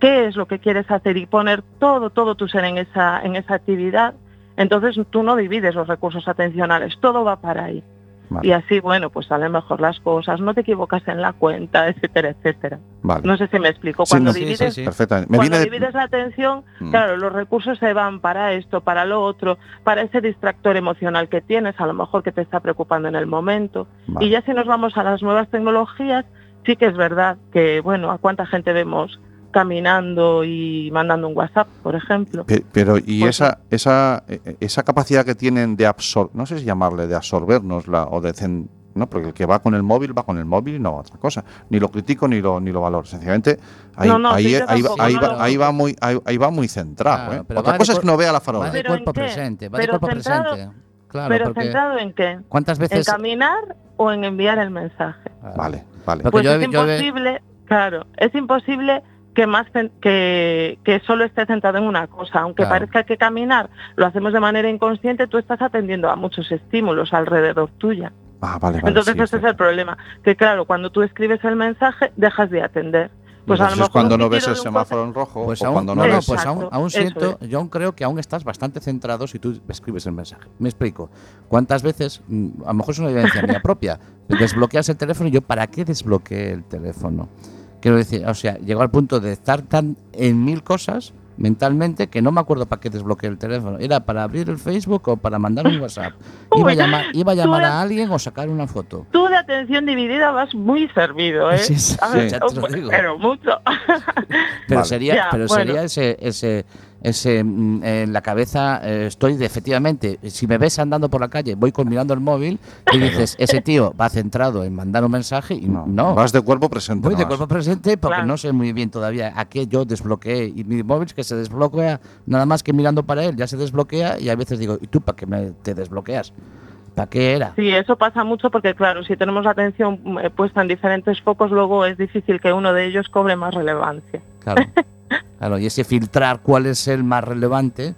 Speaker 6: qué es lo que quieres hacer y poner todo, todo tu ser en esa, en esa actividad, entonces tú no divides los recursos atencionales, todo va para ahí.
Speaker 3: Vale.
Speaker 6: Y así, bueno, pues salen mejor las cosas, no te equivocas en la cuenta, etcétera, etcétera.
Speaker 3: vale.
Speaker 6: No sé si me explico.
Speaker 3: Sí,
Speaker 6: Cuando
Speaker 3: no, sí,
Speaker 6: divides,
Speaker 3: Perfectamente. Me
Speaker 6: cuando
Speaker 3: viene de-
Speaker 6: divides la atención,
Speaker 3: Mm.
Speaker 6: claro, los recursos se van para esto, para lo otro, para ese distractor emocional que tienes, a lo mejor que te está preocupando en el momento.
Speaker 3: Vale.
Speaker 6: Y ya si nos vamos a las nuevas tecnologías, sí que es verdad que, bueno, a cuánta gente vemos caminando y mandando un WhatsApp, por ejemplo.
Speaker 3: Pe- Pero, y
Speaker 6: Pues-
Speaker 3: esa, esa, eh, eh, esa capacidad que tienen de absorber, no sé si llamarle de absorbernos la, o de cen- no, porque el que va con el móvil va con el móvil y no otra cosa. Ni lo critico ni lo ni lo valoro. Sencillamente, ahí,
Speaker 6: No, no,
Speaker 3: ahí,
Speaker 6: sí, yo
Speaker 3: ahí, va-
Speaker 6: tampoco,
Speaker 3: ahí
Speaker 6: no
Speaker 3: va,
Speaker 6: lo-
Speaker 3: ahí va muy ahí, ahí va muy centrado.
Speaker 4: Claro,
Speaker 3: ¿eh?
Speaker 4: pero va
Speaker 3: Otra
Speaker 4: de
Speaker 3: cosa es
Speaker 4: cor-
Speaker 3: que no vea la
Speaker 4: Va
Speaker 3: farola.
Speaker 4: de
Speaker 6: Pero
Speaker 4: cuerpo
Speaker 6: ¿en qué?
Speaker 4: presente, va de
Speaker 6: Pero
Speaker 4: cuerpo
Speaker 6: centrado-
Speaker 4: presente. Claro,
Speaker 6: Pero
Speaker 4: porque
Speaker 6: centrado en qué?
Speaker 4: ¿cuántas
Speaker 6: ¿En
Speaker 4: veces?
Speaker 6: caminar o en enviar el mensaje?
Speaker 4: Claro.
Speaker 3: Vale, vale.
Speaker 4: Porque
Speaker 6: Pues
Speaker 4: yo
Speaker 6: es
Speaker 4: he- yo he-
Speaker 6: imposible, claro, es imposible que más cen- que, que solo esté centrado en una cosa, aunque
Speaker 4: Claro.
Speaker 6: parezca que caminar lo hacemos de manera inconsciente, tú estás atendiendo a muchos estímulos alrededor tuya.
Speaker 3: Ah, vale, vale.
Speaker 6: Entonces
Speaker 3: sí,
Speaker 6: ese es el problema, que claro, cuando tú escribes el mensaje dejas de atender. Pues a lo
Speaker 3: Entonces
Speaker 6: mejor
Speaker 3: es cuando
Speaker 6: un
Speaker 3: no ves
Speaker 6: giro
Speaker 3: el
Speaker 6: de un
Speaker 3: semáforo en rojo
Speaker 4: Pues
Speaker 3: o
Speaker 4: aún,
Speaker 3: cuando
Speaker 4: no,
Speaker 3: no,
Speaker 4: no,
Speaker 3: ves.
Speaker 4: pues
Speaker 6: Exacto,
Speaker 4: aún, aún
Speaker 6: eso
Speaker 4: siento, yo aún creo que aún estás bastante centrado si tú escribes el mensaje. Me explico. ¿Cuántas veces, mm, a lo mejor es una evidencia mía
Speaker 6: [laughs]
Speaker 4: propia, desbloqueas el teléfono y yo, ¿para qué desbloqueé el teléfono? Quiero decir, o sea, llego al punto de estar tan en mil cosas mentalmente que no me acuerdo para qué desbloqueé el teléfono. Era para abrir el Facebook o para mandar
Speaker 6: [laughs]
Speaker 4: un WhatsApp. Iba a
Speaker 6: Uy,
Speaker 4: llamar, iba a,
Speaker 6: tú
Speaker 4: llamar
Speaker 6: eres-
Speaker 4: a alguien o sacar una foto.
Speaker 6: Tú de atención dividida vas muy servido, ¿eh?
Speaker 4: Sí, sí,
Speaker 6: A ver,
Speaker 4: ya te lo
Speaker 6: oh,
Speaker 4: digo.
Speaker 6: Pero mucho.
Speaker 4: Pero
Speaker 3: Vale.
Speaker 4: sería,
Speaker 6: Ya,
Speaker 4: pero
Speaker 6: bueno.
Speaker 4: sería ese, ese, ese mm, en la cabeza eh, estoy de, efectivamente. Si me ves andando por la calle, voy con mirando el móvil y dices, ese tío va centrado en mandar un mensaje y no.
Speaker 3: Vas de cuerpo presente.
Speaker 4: Voy de
Speaker 3: nomás.
Speaker 4: cuerpo presente porque
Speaker 6: Claro.
Speaker 4: no sé muy bien todavía a qué yo desbloqueé. Y mi móvil es que se desbloquea nada más que mirando para él, ya se desbloquea. Y a veces digo, ¿y tú para qué me, te desbloqueas? ¿Para qué era?
Speaker 6: Sí, eso pasa mucho porque claro, si tenemos la atención eh, puesta en diferentes focos, luego es difícil que uno de ellos cobre más relevancia.
Speaker 4: Claro. claro. Y ese filtrar cuál es el más relevante,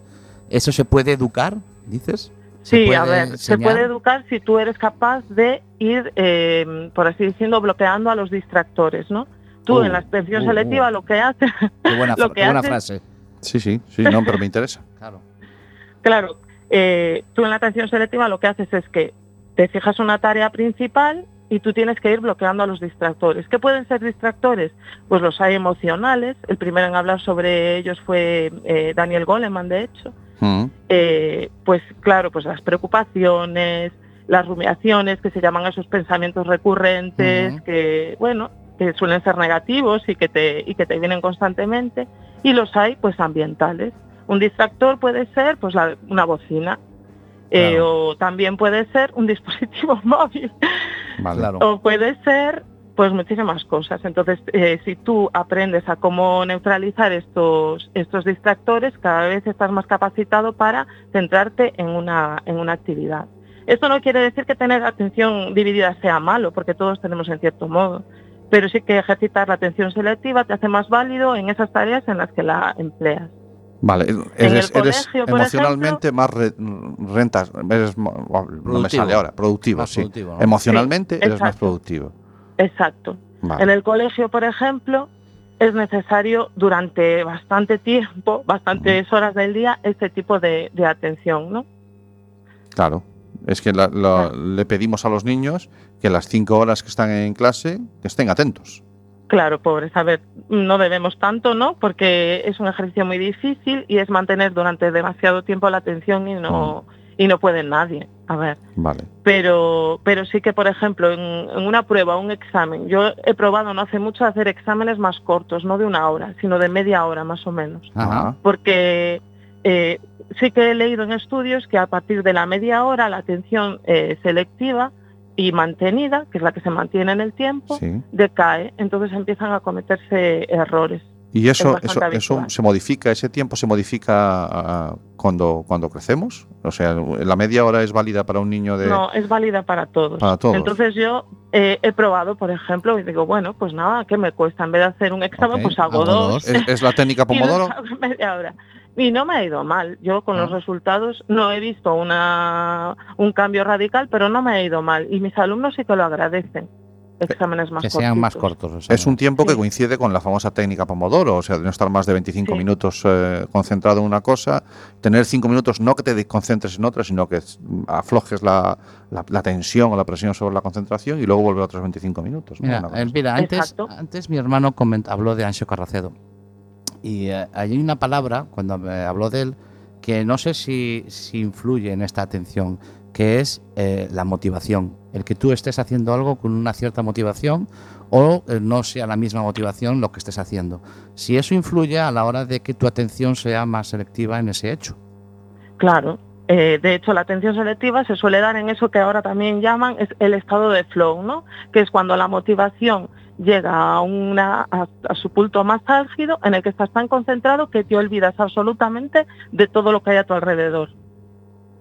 Speaker 4: ¿eso se puede educar? ¿Dices? ¿Se
Speaker 6: Sí,
Speaker 4: puede
Speaker 6: a ver, se
Speaker 4: enseñar?
Speaker 6: puede educar si tú eres capaz de ir, eh, por así diciendo, bloqueando a los distractores, ¿no? Tú
Speaker 4: Uh,
Speaker 6: en la atención
Speaker 4: uh,
Speaker 6: selectiva
Speaker 4: uh.
Speaker 6: lo que haces,
Speaker 4: Qué buena,
Speaker 6: Lo
Speaker 4: fra-
Speaker 6: que
Speaker 4: qué buena
Speaker 6: hace-
Speaker 4: frase.
Speaker 3: Sí,
Speaker 4: [laughs]
Speaker 3: sí, sí, no, pero me interesa.
Speaker 4: Claro.
Speaker 6: claro, eh, tú en la atención selectiva lo que haces es que te fijas una tarea principal y tú tienes que ir bloqueando a los distractores. ¿Qué pueden ser distractores? Pues los hay emocionales. El primero en hablar sobre ellos fue eh, Daniel Goleman, de hecho.
Speaker 3: Mm.
Speaker 6: eh, pues claro, pues las preocupaciones, las rumiaciones, que se llaman esos pensamientos recurrentes,
Speaker 4: Ujú.
Speaker 6: que bueno, que suelen ser negativos y que te y que te vienen constantemente, y los hay pues ambientales. Un distractor puede ser pues la- una bocina. eh, o también puede ser un dispositivo [laughs] móvil
Speaker 3: Vale.
Speaker 4: Claro.
Speaker 6: o puede ser pues muchísimas cosas. Entonces, eh, si tú aprendes a cómo neutralizar estos, estos distractores, cada vez estás más capacitado para centrarte en una, en una actividad. Esto no quiere decir que tener atención dividida sea malo, porque todos tenemos en cierto modo, pero sí que ejercitar la atención selectiva te hace más válido en esas tareas en las que la empleas.
Speaker 3: Vale,
Speaker 6: En
Speaker 3: eres,
Speaker 6: el
Speaker 3: eres
Speaker 6: colegio, por
Speaker 3: emocionalmente más re- rentas, eres, mo- no me
Speaker 4: Productivo.
Speaker 3: sale ahora, productivo,
Speaker 4: Más
Speaker 3: sí.
Speaker 4: productivo, ¿no?
Speaker 3: Emocionalmente
Speaker 6: Sí,
Speaker 3: eres más
Speaker 6: exacto.
Speaker 3: productivo.
Speaker 6: Exacto.
Speaker 3: Vale.
Speaker 6: En el colegio, por ejemplo, es necesario durante bastante tiempo, bastantes horas del día, este tipo de, de atención, ¿no?
Speaker 3: Claro. Es que la- la- le pedimos a los niños que las cinco horas que están en clase que estén atentos.
Speaker 6: Claro, pobres, a ver, no debemos tanto, ¿no? Porque es un ejercicio muy difícil y es mantener durante demasiado tiempo la atención y no, y no puede nadie. A ver.
Speaker 3: Vale.
Speaker 6: pero, pero sí que, por ejemplo, en, en una prueba, un examen, yo he probado no hace mucho hacer exámenes más cortos, no de una hora, sino de media hora más o menos,
Speaker 4: Ajá.
Speaker 3: Ah,
Speaker 6: porque eh, sí que he leído en estudios que a partir de la media hora la atención eh, selectiva y mantenida, que es la que se mantiene en el tiempo,
Speaker 3: sí.
Speaker 6: decae, entonces empiezan a cometerse errores.
Speaker 3: ¿Y eso,
Speaker 6: bastante
Speaker 3: eso, eso
Speaker 6: habitual.
Speaker 3: se modifica, ese tiempo se modifica ah, cuando, cuando crecemos? O sea, la media hora es válida para un niño de...
Speaker 6: No, es válida para todos.
Speaker 3: Para todos.
Speaker 6: Entonces yo eh, he probado, por ejemplo, y digo, bueno, pues nada, ¿qué me cuesta? En vez de hacer un examen,
Speaker 4: Ok,
Speaker 6: pues hago
Speaker 4: hago
Speaker 6: dos.
Speaker 4: dos.
Speaker 3: ¿Es, es la técnica
Speaker 6: [laughs] Y los
Speaker 3: Pomodoro?
Speaker 6: hago en media hora. Y no me ha ido mal. Yo con
Speaker 4: Ah.
Speaker 6: los resultados no he visto una, un cambio radical, pero no me ha ido mal. Y mis alumnos sí que lo agradecen. Exámenes más
Speaker 4: que sean más
Speaker 6: cortitos.
Speaker 4: cortos. los
Speaker 3: Es un
Speaker 4: exámenes.
Speaker 3: tiempo que
Speaker 6: Sí.
Speaker 3: coincide con la famosa técnica Pomodoro, o sea, de no estar más de 25
Speaker 6: Sí.
Speaker 3: minutos eh, concentrado en una cosa, tener 5 minutos no que te desconcentres en otra, sino que mm, aflojes la, la- la tensión o la presión sobre la concentración y luego volver a otros 25 minutos. ¿no?
Speaker 4: Mira,
Speaker 3: Una
Speaker 6: pues
Speaker 3: cosa así.
Speaker 4: Elvira, antes,
Speaker 6: Exacto.
Speaker 4: antes mi hermano coment- habló de Ancho Carracedo. Y eh, hay una palabra, cuando me habló de él, que no sé si, si influye en esta atención, que es eh, la motivación. El que tú estés haciendo algo con una cierta motivación o eh, no sea la misma motivación lo que estés haciendo. Si eso influye a la hora de que tu atención sea más selectiva en ese hecho.
Speaker 6: Claro. Eh, de hecho, la atención selectiva se suele dar en eso que ahora también llaman es el estado de flow, ¿no? Que es cuando la motivación llega a, una, a, a su punto más álgido, en el que estás tan concentrado que te olvidas absolutamente de todo lo que hay a tu alrededor.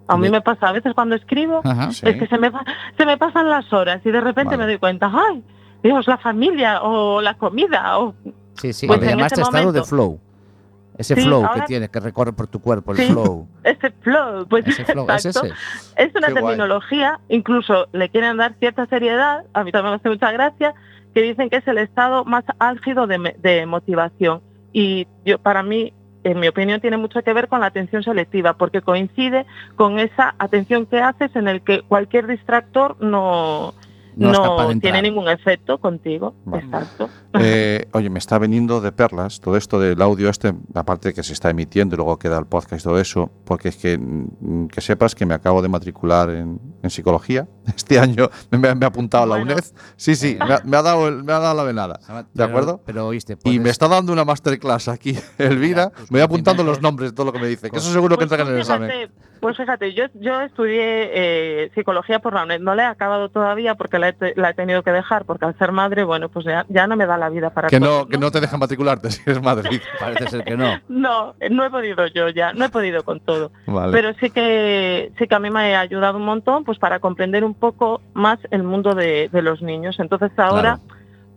Speaker 6: A mí
Speaker 4: De-
Speaker 6: me pasa a veces cuando escribo,
Speaker 4: Ajá.
Speaker 3: Sí.
Speaker 6: es que se me, va- se me pasan las horas y de
Speaker 3: Vale.
Speaker 6: repente me doy cuenta, ¡ay! Dios, la familia o la comida o
Speaker 4: Sí, sí,
Speaker 6: Pues
Speaker 4: le
Speaker 6: en
Speaker 4: llamaste
Speaker 6: ese
Speaker 4: estado de
Speaker 6: momento-
Speaker 4: flow. Ese
Speaker 6: Sí,
Speaker 4: flow que
Speaker 6: ahora-
Speaker 4: tiene, que recorre por tu cuerpo, el
Speaker 6: Sí. [laughs]
Speaker 4: flow.
Speaker 6: ese flow. Pues
Speaker 4: Ese flow, es
Speaker 6: exacto.
Speaker 4: ese.
Speaker 6: Es una
Speaker 3: Qué guay.
Speaker 6: terminología, incluso le quieren dar cierta seriedad, a mí también me hace mucha gracia, que dicen que es el estado más álgido de, me- de motivación. Y yo, para mí, en mi opinión, tiene mucho que ver con la atención selectiva, porque coincide con esa atención que haces en el que cualquier distractor no,
Speaker 4: No
Speaker 6: no,
Speaker 4: es capaz de entrar.
Speaker 6: tiene ningún efecto contigo.
Speaker 3: Vale.
Speaker 6: Exacto.
Speaker 3: Eh, oye, me está veniendo de perlas todo esto del audio este, aparte de que se está emitiendo y luego queda el podcast y todo eso, porque es que mm, que sepas que me acabo de matricular en, en psicología [laughs] este año, me, me ha apuntado la
Speaker 6: Bueno.
Speaker 3: UNED, sí, sí, me ha, me ha dado, el- me ha dado la venada, ¿de
Speaker 4: Pero-
Speaker 3: acuerdo?
Speaker 4: Pero oíste,
Speaker 3: Y
Speaker 4: puedes-
Speaker 3: me está dando una masterclass aquí, [laughs] Elvira.
Speaker 4: pues
Speaker 3: me voy
Speaker 4: conocimientos.
Speaker 3: apuntando los nombres de todo lo que me dice, que eso seguro que
Speaker 6: Pues
Speaker 3: entra en el
Speaker 6: tú
Speaker 3: examen.
Speaker 6: fíjate, Pues fíjate, yo, yo estudié eh, psicología por la UNED. No la he acabado todavía porque la he, te- la he tenido que dejar, porque al ser madre, bueno, pues ya, ya no me da la vida para
Speaker 3: Que
Speaker 6: todo,
Speaker 3: no, que no te dejan matricularte si eres Madrid.
Speaker 4: parece ser que no.
Speaker 6: [laughs] No, no he podido yo ya, no he podido con todo.
Speaker 3: Vale.
Speaker 6: Pero sí que sí que a mí me ha ayudado un montón pues para comprender un poco más el mundo de, de los niños. Entonces ahora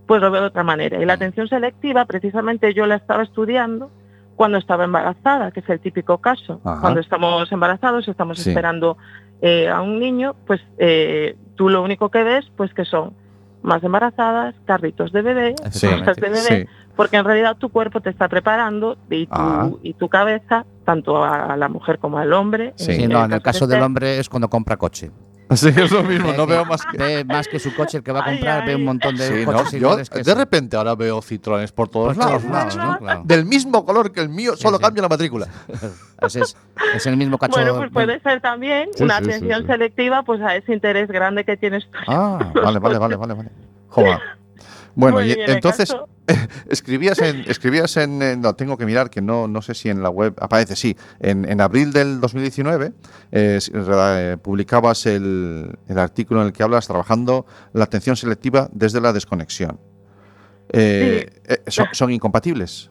Speaker 6: pues lo veo de otra manera. Y la atención selectiva precisamente yo la estaba estudiando cuando estaba embarazada, que es el típico caso.
Speaker 3: Ajá.
Speaker 6: Cuando estamos embarazados, estamos
Speaker 3: Sí.
Speaker 6: esperando eh, a un niño, pues eh, tú lo único que ves pues que son más embarazadas, carritos de bebé,
Speaker 3: Sí,
Speaker 6: cosas de bebé,
Speaker 3: sí.
Speaker 6: porque en realidad tu cuerpo te está preparando y tu,
Speaker 3: Ah.
Speaker 6: y tu cabeza, tanto a la mujer como al hombre. Eh,
Speaker 3: Sí.
Speaker 4: Sí, no, en el caso del hombre es cuando compra
Speaker 6: [laughs]
Speaker 4: coche.
Speaker 3: Sí, es lo mismo,
Speaker 4: Eh,
Speaker 3: no veo más que...
Speaker 4: Ve más que su coche el que va a
Speaker 6: Ay,
Speaker 4: comprar, ve
Speaker 6: ay.
Speaker 4: un montón de
Speaker 3: Sí, ¿no?
Speaker 4: coches
Speaker 3: Yo,
Speaker 4: iguales que
Speaker 3: de
Speaker 4: ese.
Speaker 3: repente ahora veo citrones por todos
Speaker 4: Por
Speaker 3: lados.
Speaker 4: todos lados, ¿no? [laughs] Claro.
Speaker 3: Del mismo color que el mío,
Speaker 4: Sí,
Speaker 3: solo
Speaker 4: sí.
Speaker 3: cambia la matrícula.
Speaker 4: Ese Pues es, es el mismo cacho.
Speaker 6: Bueno, pues puede ser también
Speaker 3: Sí,
Speaker 6: una
Speaker 3: sí, sí,
Speaker 6: atención
Speaker 3: sí.
Speaker 6: selectiva pues a ese interés grande que tienes tú.
Speaker 3: Ah, vale, vale, vale, vale, vale.
Speaker 6: [laughs]
Speaker 3: Joder. Bueno,
Speaker 6: Muy
Speaker 3: y
Speaker 6: bien, el
Speaker 3: entonces
Speaker 6: caso.
Speaker 3: escribías
Speaker 6: [laughs]
Speaker 3: en, escribías en, eh, no tengo que mirar que no, no sé si en la web aparece, sí, en, en abril del 2019 eh, s- re- eh, publicabas el, el artículo en el que hablas trabajando la atención selectiva desde la desconexión. Eh, eh, son, son incompatibles.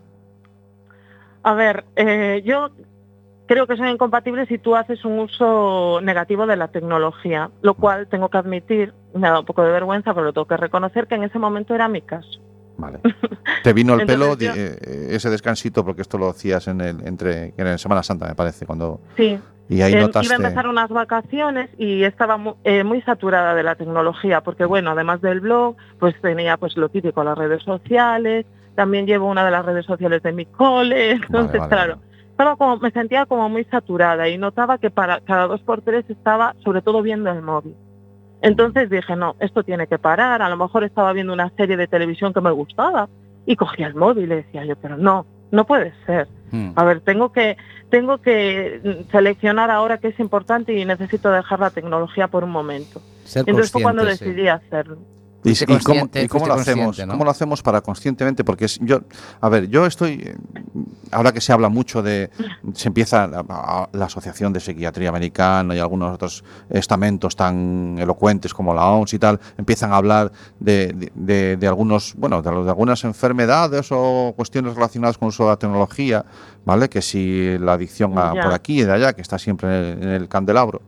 Speaker 6: A ver, eh, yo creo que son incompatibles si tú haces un uso negativo de la tecnología, lo cual tengo que admitir, me da un poco de vergüenza, pero lo tengo que reconocer que en ese momento era mi caso.
Speaker 3: Vale. Te vino al pelo
Speaker 6: [laughs] Entonces
Speaker 3: di- eh, ese descansito porque esto lo hacías en el entre en el Semana Santa, me parece, cuando
Speaker 6: Sí,
Speaker 3: y ahí
Speaker 6: Em,
Speaker 3: notaste.
Speaker 6: Iba a empezar unas vacaciones y estaba mu- eh, muy saturada de la tecnología, porque bueno, además del blog, pues tenía pues lo típico, las redes sociales, también llevo una de las redes sociales de mi cole, [laughs] entonces
Speaker 3: vale,
Speaker 6: claro, estaba como, me sentía como muy saturada y notaba que para cada dos por tres estaba sobre todo viendo el móvil. Entonces dije, no, esto tiene que parar, a lo mejor estaba viendo una serie de televisión que me gustaba y cogía el móvil y decía yo, pero no, no puede ser.
Speaker 4: Mm.
Speaker 6: A ver, tengo que, tengo que mm, seleccionar ahora qué es importante y necesito dejar la tecnología por un momento.
Speaker 4: Ser
Speaker 6: Entonces fue cuando
Speaker 4: consciente, sí.
Speaker 6: decidí hacerlo.
Speaker 3: ¿Y,
Speaker 4: Fuiste
Speaker 3: y cómo,
Speaker 4: consciente,
Speaker 3: y cómo
Speaker 4: fuiste
Speaker 3: lo hacemos?
Speaker 4: consciente, ¿no?
Speaker 3: ¿Cómo lo hacemos para conscientemente? Porque es- yo, a ver, yo estoy, eh, ahora que se habla mucho de, se empieza la, a- la Asociación de Psiquiatría Americana y algunos otros estamentos tan elocuentes como la OMS E y tal, empiezan a hablar de, de- de- de algunos, bueno, de, de algunas enfermedades o cuestiones relacionadas con el uso de la tecnología, ¿vale? Que si la adicción a-
Speaker 6: Ya.
Speaker 3: por aquí y de allá, que está siempre en el, en el candelabro.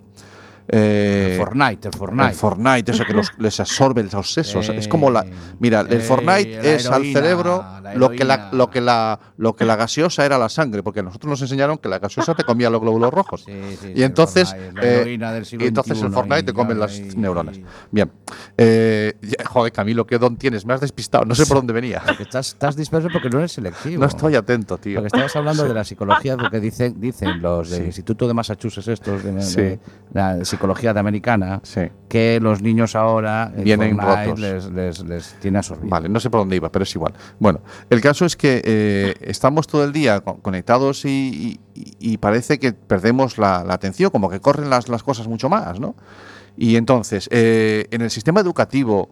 Speaker 3: Eh,
Speaker 4: El Fortnite, el Fortnite.
Speaker 3: el Fortnite, eso que los- les absorbe los sesos. es como la.
Speaker 4: Eh,
Speaker 3: Mira, el
Speaker 4: eh,
Speaker 3: Fortnite
Speaker 4: la
Speaker 3: es al
Speaker 4: heroína,
Speaker 3: cerebro
Speaker 4: la
Speaker 3: lo que la,
Speaker 4: heroína.
Speaker 3: lo, que la, lo que la gaseosa era la sangre, porque a nosotros nos enseñaron que la gaseosa te comía los glóbulos rojos.
Speaker 4: Sí, sí,
Speaker 3: Y
Speaker 4: sí, el
Speaker 3: entonces,
Speaker 4: Fortnite,
Speaker 3: eh,
Speaker 4: la heroína del siglo
Speaker 3: y entonces el
Speaker 4: XXI,
Speaker 3: Fortnite
Speaker 4: y
Speaker 3: te come
Speaker 4: ya,
Speaker 3: las
Speaker 4: y-
Speaker 3: neuronas. Bien. Eh, ya- joder, Camilo, qué don tienes. Me has despistado. No sé por dónde venía.
Speaker 4: Porque estás, estás disperso porque no eres selectivo.
Speaker 3: No estoy atento, tío.
Speaker 4: Porque estabas hablando de la psicología, porque dicen, dicen los del
Speaker 3: Sí.
Speaker 4: Instituto de Massachusetts, estos de, de-
Speaker 3: Sí.
Speaker 4: la psicología de americana,
Speaker 3: Sí.
Speaker 4: que los niños ahora el
Speaker 3: Vienen
Speaker 4: Fortnite
Speaker 3: rotos.
Speaker 4: Les, les, les tiene absorbido.
Speaker 3: Vale, no sé por dónde iba, pero es igual. Bueno, el caso es que eh, estamos todo el día co- conectados y, y- y parece que perdemos la, la atención, como que corren las, las cosas mucho más, ¿no? Y entonces, eh, en el sistema educativo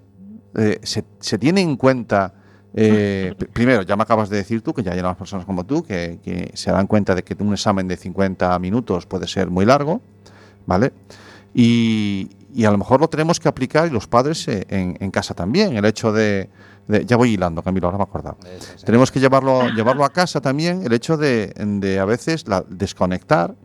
Speaker 3: eh, se, se tiene en cuenta, eh, pr- primero, ya me acabas de decir tú que ya hay unas personas como tú que, que se dan cuenta de que un examen de 50 minutos puede ser muy largo, ¿vale? Y, y a lo mejor lo tenemos que aplicar y los padres eh, en, en casa también, el hecho de, de- Ya voy hilando, Camilo, ahora me he acordado. Tenemos que llevarlo, llevarlo a casa también, el hecho de, de a veces la- desconectar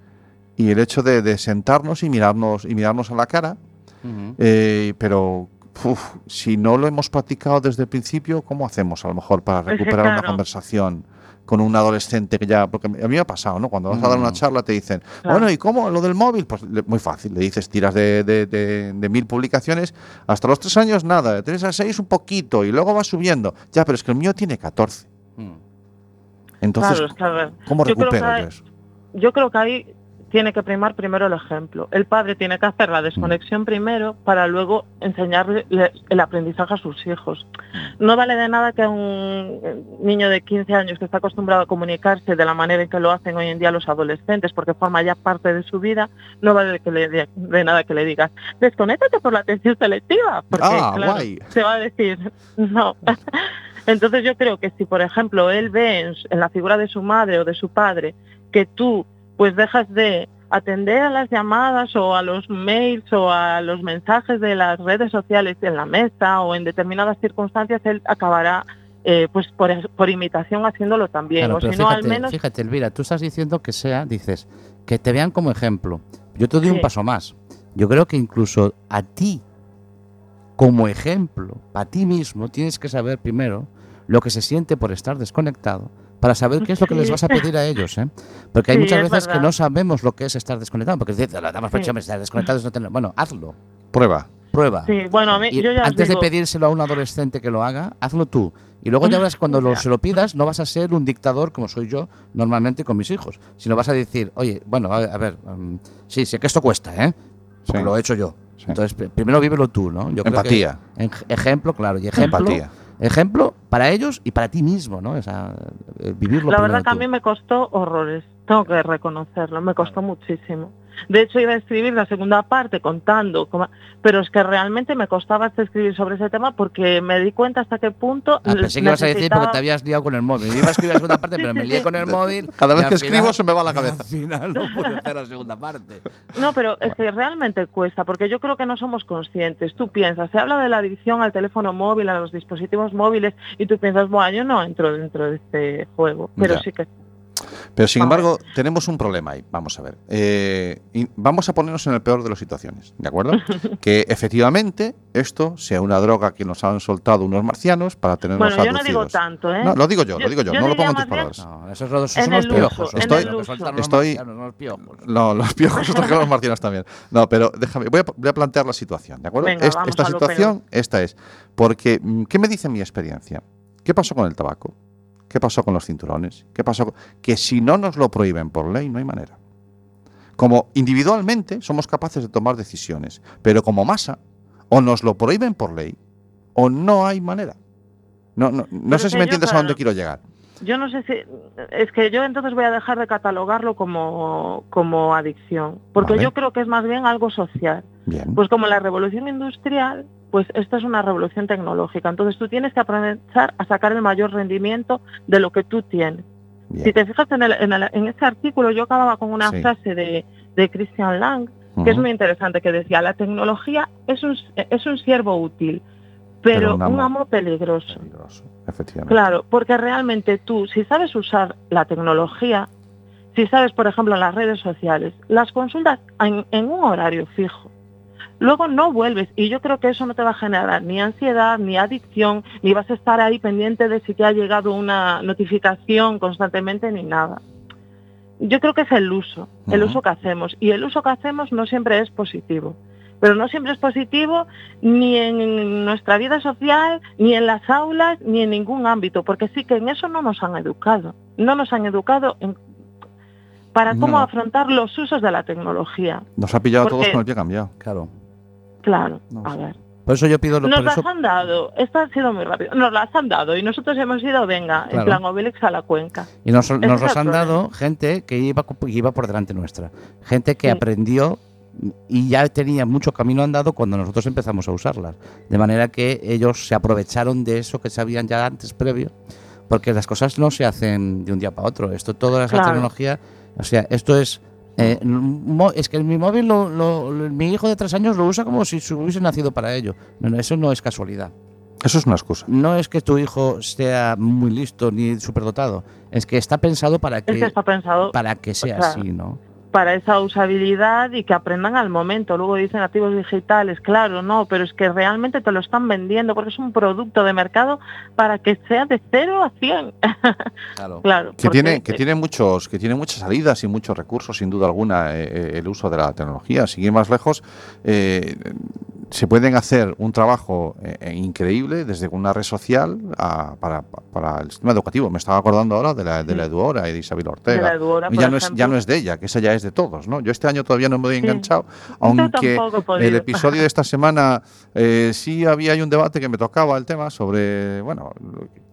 Speaker 3: y el hecho de, de sentarnos y mirarnos, y mirarnos a la cara,
Speaker 4: Ujú.
Speaker 3: eh, pero... uf, si no lo hemos practicado desde el principio, ¿cómo hacemos a lo mejor para
Speaker 6: Pues que
Speaker 3: recuperar una
Speaker 6: claro.
Speaker 3: conversación con un adolescente que ya... Porque a mí me ha pasado, ¿no? Cuando vas a dar una
Speaker 4: Mm.
Speaker 3: charla te dicen,
Speaker 6: Claro.
Speaker 3: bueno, ¿y cómo? Lo del móvil, pues le- muy fácil. Le dices, tiras de, de- de- de mil publicaciones, hasta los tres años nada, de tres a seis un poquito, y luego va subiendo. Ya, pero es que el mío tiene 14.
Speaker 4: Mm.
Speaker 3: Entonces,
Speaker 6: claro, es que, a ver,
Speaker 3: ¿cómo
Speaker 6: yo creo que
Speaker 3: recupero yo
Speaker 6: hay-
Speaker 3: eso?
Speaker 6: yo creo que ahí tiene que primar primero el ejemplo. El padre tiene que hacer la desconexión primero para luego enseñarle le- el aprendizaje a sus hijos. No vale de nada que a un eh, niño de 15 años que está acostumbrado a comunicarse de la manera en que lo hacen hoy en día los adolescentes, porque forma ya parte de su vida, no vale que le de, de nada que le digas, desconéctate por la atención selectiva, porque
Speaker 3: Ah,
Speaker 6: claro,
Speaker 3: guay.
Speaker 6: te va a decir, no. [laughs] Entonces yo creo que si, por ejemplo, él ve en, s- en la figura de su madre o de su padre que tú pues dejas de atender a las llamadas o a los mails o a los mensajes de las redes sociales en la mesa o en determinadas circunstancias, él acabará eh, pues por, es- por imitación haciéndolo también.
Speaker 4: Claro,
Speaker 6: o
Speaker 4: pero
Speaker 6: si no, al
Speaker 4: fíjate,
Speaker 6: menos...
Speaker 4: fíjate, Elvira, tú estás diciendo que sea, dices, que te vean como ejemplo. Yo te doy un
Speaker 6: Sí.
Speaker 4: paso más. Yo creo que incluso a ti, como ejemplo, para ti mismo, tienes que saber primero lo que se siente por estar desconectado, para saber qué es lo que les
Speaker 6: Sí.
Speaker 4: vas a pedir a ellos. ¿eh? Porque hay
Speaker 6: Sí,
Speaker 4: muchas
Speaker 6: es
Speaker 4: veces que
Speaker 6: verdad.
Speaker 4: no sabemos lo que es estar desconectado, porque dices, "Lo damos por
Speaker 6: Sí.
Speaker 4: hecho, hombre, estar desconectados no tenemos. Bueno, hazlo,
Speaker 3: Prueba.
Speaker 4: prueba.
Speaker 6: Sí, bueno, a mí,
Speaker 4: Y
Speaker 6: Eh, yo ya os
Speaker 4: antes
Speaker 6: digo-
Speaker 4: de pedírselo a un adolescente que lo haga, hazlo tú. Y luego ya verás cuando lo- se lo pidas, no vas a ser un dictador como soy yo normalmente con mis hijos, sino vas a decir, oye, bueno, a, a ver, mm, sí, sé que esto cuesta, ¿eh? Porque
Speaker 3: Sí.
Speaker 4: lo he hecho yo.
Speaker 3: Sí.
Speaker 4: Entonces, pr- primero vívelo tú, ¿no? Yo creo que-
Speaker 3: Empatía.
Speaker 4: ej- ejemplo, claro, y ejemplo.
Speaker 3: Empatía.
Speaker 4: Ejemplo para ellos y para ti mismo, ¿no? O sea, eh, vivirlo
Speaker 6: La
Speaker 4: primero
Speaker 6: verdad que a
Speaker 4: tú.
Speaker 6: mí me costó horrores, tengo que reconocerlo, me costó muchísimo. De hecho, iba a escribir la segunda parte contando, cómo- pero es que realmente me costaba hasta escribir sobre ese tema porque me di cuenta hasta qué punto...
Speaker 4: Ah, pensé que ibas a decir porque
Speaker 6: necesitaba-
Speaker 4: te habías liado con el móvil. Iba a escribir la
Speaker 6: [laughs]
Speaker 4: segunda parte, pero me lié con el móvil.
Speaker 3: Cada
Speaker 4: y
Speaker 3: vez
Speaker 4: al
Speaker 3: que escribo se me va la
Speaker 4: y
Speaker 3: cabeza.
Speaker 4: [laughs] Al final no pude hacer la segunda parte.
Speaker 6: No, pero es que realmente cuesta, porque yo creo que no somos conscientes. Tú piensas, se habla de la adicción al teléfono móvil, a los dispositivos móviles, y tú piensas, bueno, yo no entro dentro de este juego, pero
Speaker 3: Ya.
Speaker 6: sí que...
Speaker 3: Pero sin
Speaker 6: Vamos.
Speaker 3: embargo, tenemos un problema ahí. Vamos a ver. Eh, y vamos a ponernos en el peor de las situaciones, ¿de
Speaker 6: [laughs]
Speaker 3: acuerdo? que efectivamente esto sea una droga que nos han soltado unos marcianos para tenernos
Speaker 6: Bueno, yo no
Speaker 3: abducidos.
Speaker 6: digo tanto, ¿eh?
Speaker 3: No, lo digo yo,
Speaker 6: Yo-
Speaker 3: lo digo yo,
Speaker 6: yo
Speaker 3: no lo pongo en
Speaker 6: diría
Speaker 3: tus
Speaker 6: más bien-
Speaker 3: palabras.
Speaker 4: No, esos son los,
Speaker 6: En
Speaker 4: son los
Speaker 6: el
Speaker 4: piojos.
Speaker 6: uso,
Speaker 4: los
Speaker 3: en
Speaker 4: que-
Speaker 3: el
Speaker 4: los que
Speaker 6: uso.
Speaker 4: soltaron los
Speaker 3: Estoy-
Speaker 4: marcianos, no los piojos.
Speaker 3: No, los piojos los trajeron los marcianos también. No, pero déjame, voy a, voy a plantear la situación, ¿de acuerdo?
Speaker 6: Venga,
Speaker 3: Es-
Speaker 6: vamos
Speaker 3: esta
Speaker 6: a lo
Speaker 3: situación, esta es. Porque, mm, ¿qué me dice mi experiencia? ¿Qué pasó con el tabaco? ¿Qué pasó con los cinturones? ¿Qué pasó? con- Que si no nos lo prohíben por ley, no hay manera. Como individualmente somos capaces de tomar decisiones, pero como masa, o nos lo prohíben por ley, o no hay manera. No, no, no
Speaker 6: Pero
Speaker 3: sé si
Speaker 6: que
Speaker 3: me
Speaker 6: yo
Speaker 3: entiendes a
Speaker 6: para-
Speaker 3: dónde quiero llegar.
Speaker 6: Yo no sé si... Es que yo entonces voy a dejar de catalogarlo como, como adicción, porque
Speaker 3: Vale.
Speaker 6: yo creo que es más bien algo social.
Speaker 3: Bien.
Speaker 6: Pues como la revolución industrial, pues esta es una revolución tecnológica. Entonces tú tienes que aprovechar a sacar el mayor rendimiento de lo que tú tienes.
Speaker 3: bien.
Speaker 6: Si te fijas en, el, en, el- en este artículo, yo acababa con una
Speaker 3: Sí.
Speaker 6: frase de, de Christian Lang, que es
Speaker 3: Ujú.
Speaker 6: muy interesante, que decía, la tecnología es un, es un siervo útil, pero, un amo, peligroso.
Speaker 3: Peligroso, efectivamente.
Speaker 6: Claro, porque realmente tú, si sabes usar la tecnología, si sabes, por ejemplo, en las redes sociales, las consultas en, en un horario fijo. Luego no vuelves y yo creo que eso no te va a generar ni ansiedad, ni adicción, ni vas a estar ahí pendiente de si te ha llegado una notificación constantemente ni nada. Yo creo que es el uso, el
Speaker 3: Ujú.
Speaker 6: uso que hacemos. Y el uso que hacemos no siempre es positivo. Pero no siempre es positivo ni en nuestra vida social, ni en las aulas, ni en ningún ámbito, porque sí que en eso no nos han educado. No nos han educado en- para cómo
Speaker 3: No.
Speaker 6: afrontar los usos de la tecnología.
Speaker 3: Nos ha pillado a todos
Speaker 6: Porque-
Speaker 3: con el pie cambiado.
Speaker 4: Claro.
Speaker 6: Claro,
Speaker 3: No
Speaker 6: a
Speaker 3: sé.
Speaker 6: ver.
Speaker 4: Por eso yo pido... lo-
Speaker 6: Nos
Speaker 4: por
Speaker 6: las
Speaker 4: eso-
Speaker 6: han dado, esto ha sido muy rápido, nos las han dado y nosotros hemos ido, venga,
Speaker 4: Claro.
Speaker 6: en plan Obelix a la cuenca.
Speaker 4: Y nos, nos
Speaker 6: es
Speaker 4: los han
Speaker 6: otro,
Speaker 4: dado gente que iba, cu- iba por delante nuestra. Gente que
Speaker 6: ¿eh? Sí.
Speaker 4: aprendió y ya tenía mucho camino andado cuando nosotros empezamos a usarlas. De manera que ellos se aprovecharon de eso que sabían ya antes previo. Porque las cosas no se hacen de un día para otro. Esto, toda esa
Speaker 6: Claro.
Speaker 4: tecnología, o sea, esto es... eh, mo- es que mi móvil, lo- lo- lo- mi hijo de tres años lo usa como si se hubiese nacido para ello. No, no, eso no es casualidad
Speaker 3: Eso es una excusa.
Speaker 4: no es que tu hijo sea muy listo ni superdotado, es que está pensado para
Speaker 6: Es que
Speaker 4: que,
Speaker 6: está pensado
Speaker 4: para que sea
Speaker 6: Claro.
Speaker 4: así, ¿no?
Speaker 6: para esa usabilidad y que aprendan al momento. Luego dicen activos digitales, claro, no, pero es que realmente te lo están vendiendo porque es un producto de mercado para que sea de 0 a 100.
Speaker 4: Claro.
Speaker 6: [laughs] claro.
Speaker 3: Que
Speaker 6: porque,
Speaker 3: tiene, que
Speaker 6: eh,
Speaker 3: tiene muchos, que tiene muchas salidas y muchos recursos, sin duda alguna, eh, eh, el uso de la tecnología. Sin ir más lejos, eh, se pueden hacer un trabajo eh, eh, increíble desde una red social a- para, para el sistema educativo. Me estaba acordando ahora de la, de la Eduora y de Isabel
Speaker 6: de
Speaker 3: Ortega.
Speaker 6: la Eduora,
Speaker 3: Y
Speaker 6: por
Speaker 3: ya no, es, ya
Speaker 6: ejemplo.
Speaker 3: no es de ella, que esa ya es de todos, ¿no? Yo este año todavía no me he
Speaker 6: Sí.
Speaker 3: enganchado,
Speaker 6: Yo
Speaker 3: aunque
Speaker 6: tampoco he podido.
Speaker 3: el episodio de esta semana eh, sí había hay un debate que me tocaba el tema sobre, bueno,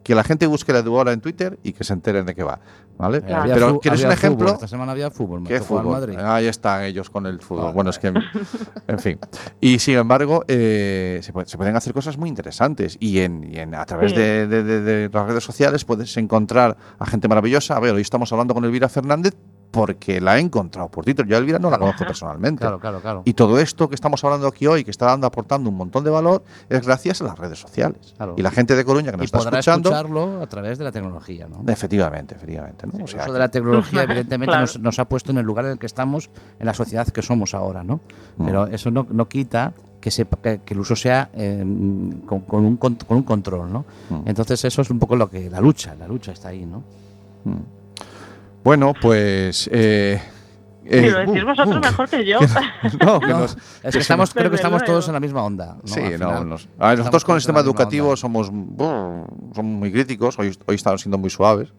Speaker 3: que la gente busque la Eduora en Twitter y que se enteren de qué va, ¿vale?
Speaker 6: Claro.
Speaker 4: Eh, Había
Speaker 3: Pero
Speaker 4: fu-
Speaker 3: ¿quieres un
Speaker 4: había fútbol,
Speaker 3: ejemplo?
Speaker 4: Esta semana había fútbol, me
Speaker 3: ¿Qué
Speaker 4: tocó al
Speaker 3: fútbol?
Speaker 4: Madrid.
Speaker 3: Ahí están ellos con el fútbol.
Speaker 4: Vale.
Speaker 3: bueno, es que. En fin. Y sin embargo, eh, se, puede- se pueden hacer cosas muy interesantes. Y, en, y en- a través
Speaker 6: Sí.
Speaker 3: de, de- de- de las redes sociales puedes encontrar a gente maravillosa. A ver, hoy estamos hablando con Elvira Fernández porque la he encontrado por Twitter. Yo a Elvira no la
Speaker 4: [laughs]
Speaker 3: conozco personalmente.
Speaker 4: Claro, claro, claro.
Speaker 3: Y todo esto que estamos hablando aquí hoy, que está dando, aportando un montón de valor, es gracias a las redes sociales.
Speaker 4: Claro.
Speaker 3: Y la gente de Coruña que
Speaker 4: Y
Speaker 3: nos está
Speaker 4: podrá
Speaker 3: escuchando.
Speaker 4: escucharlo a través de la tecnología, ¿no?
Speaker 3: Efectivamente, efectivamente. ¿no? O
Speaker 4: El
Speaker 3: sea,
Speaker 4: uso de la tecnología, evidentemente,
Speaker 6: Claro.
Speaker 4: nos, nos ha puesto en el lugar en el que estamos, en la sociedad que somos ahora, ¿no?
Speaker 3: Mm.
Speaker 4: Pero eso no, no quita que, se, que, que el uso sea eh, con, con un, cont- con un control, ¿no?
Speaker 3: Mm.
Speaker 4: Entonces eso es un poco lo que la lucha, la lucha está ahí, ¿no?
Speaker 3: Mm. Bueno, pues. eh,
Speaker 6: Si
Speaker 3: eh,
Speaker 6: lo decís
Speaker 3: uh,
Speaker 6: vosotros
Speaker 3: uh,
Speaker 6: mejor que yo.
Speaker 3: [laughs] no, que
Speaker 4: No,
Speaker 3: nos-
Speaker 4: es
Speaker 3: que
Speaker 4: que estamos, creo
Speaker 6: Desde
Speaker 4: que estamos
Speaker 6: luego.
Speaker 4: todos en la misma onda. ¿no?
Speaker 3: sí,
Speaker 4: Al
Speaker 3: no,
Speaker 4: final,
Speaker 3: nos- a ver, nosotros con el
Speaker 4: estamos todos en la
Speaker 3: sistema
Speaker 4: misma
Speaker 3: educativo
Speaker 4: onda.
Speaker 3: somos, brr, somos muy críticos. Hoy, hoy estamos siendo muy suaves,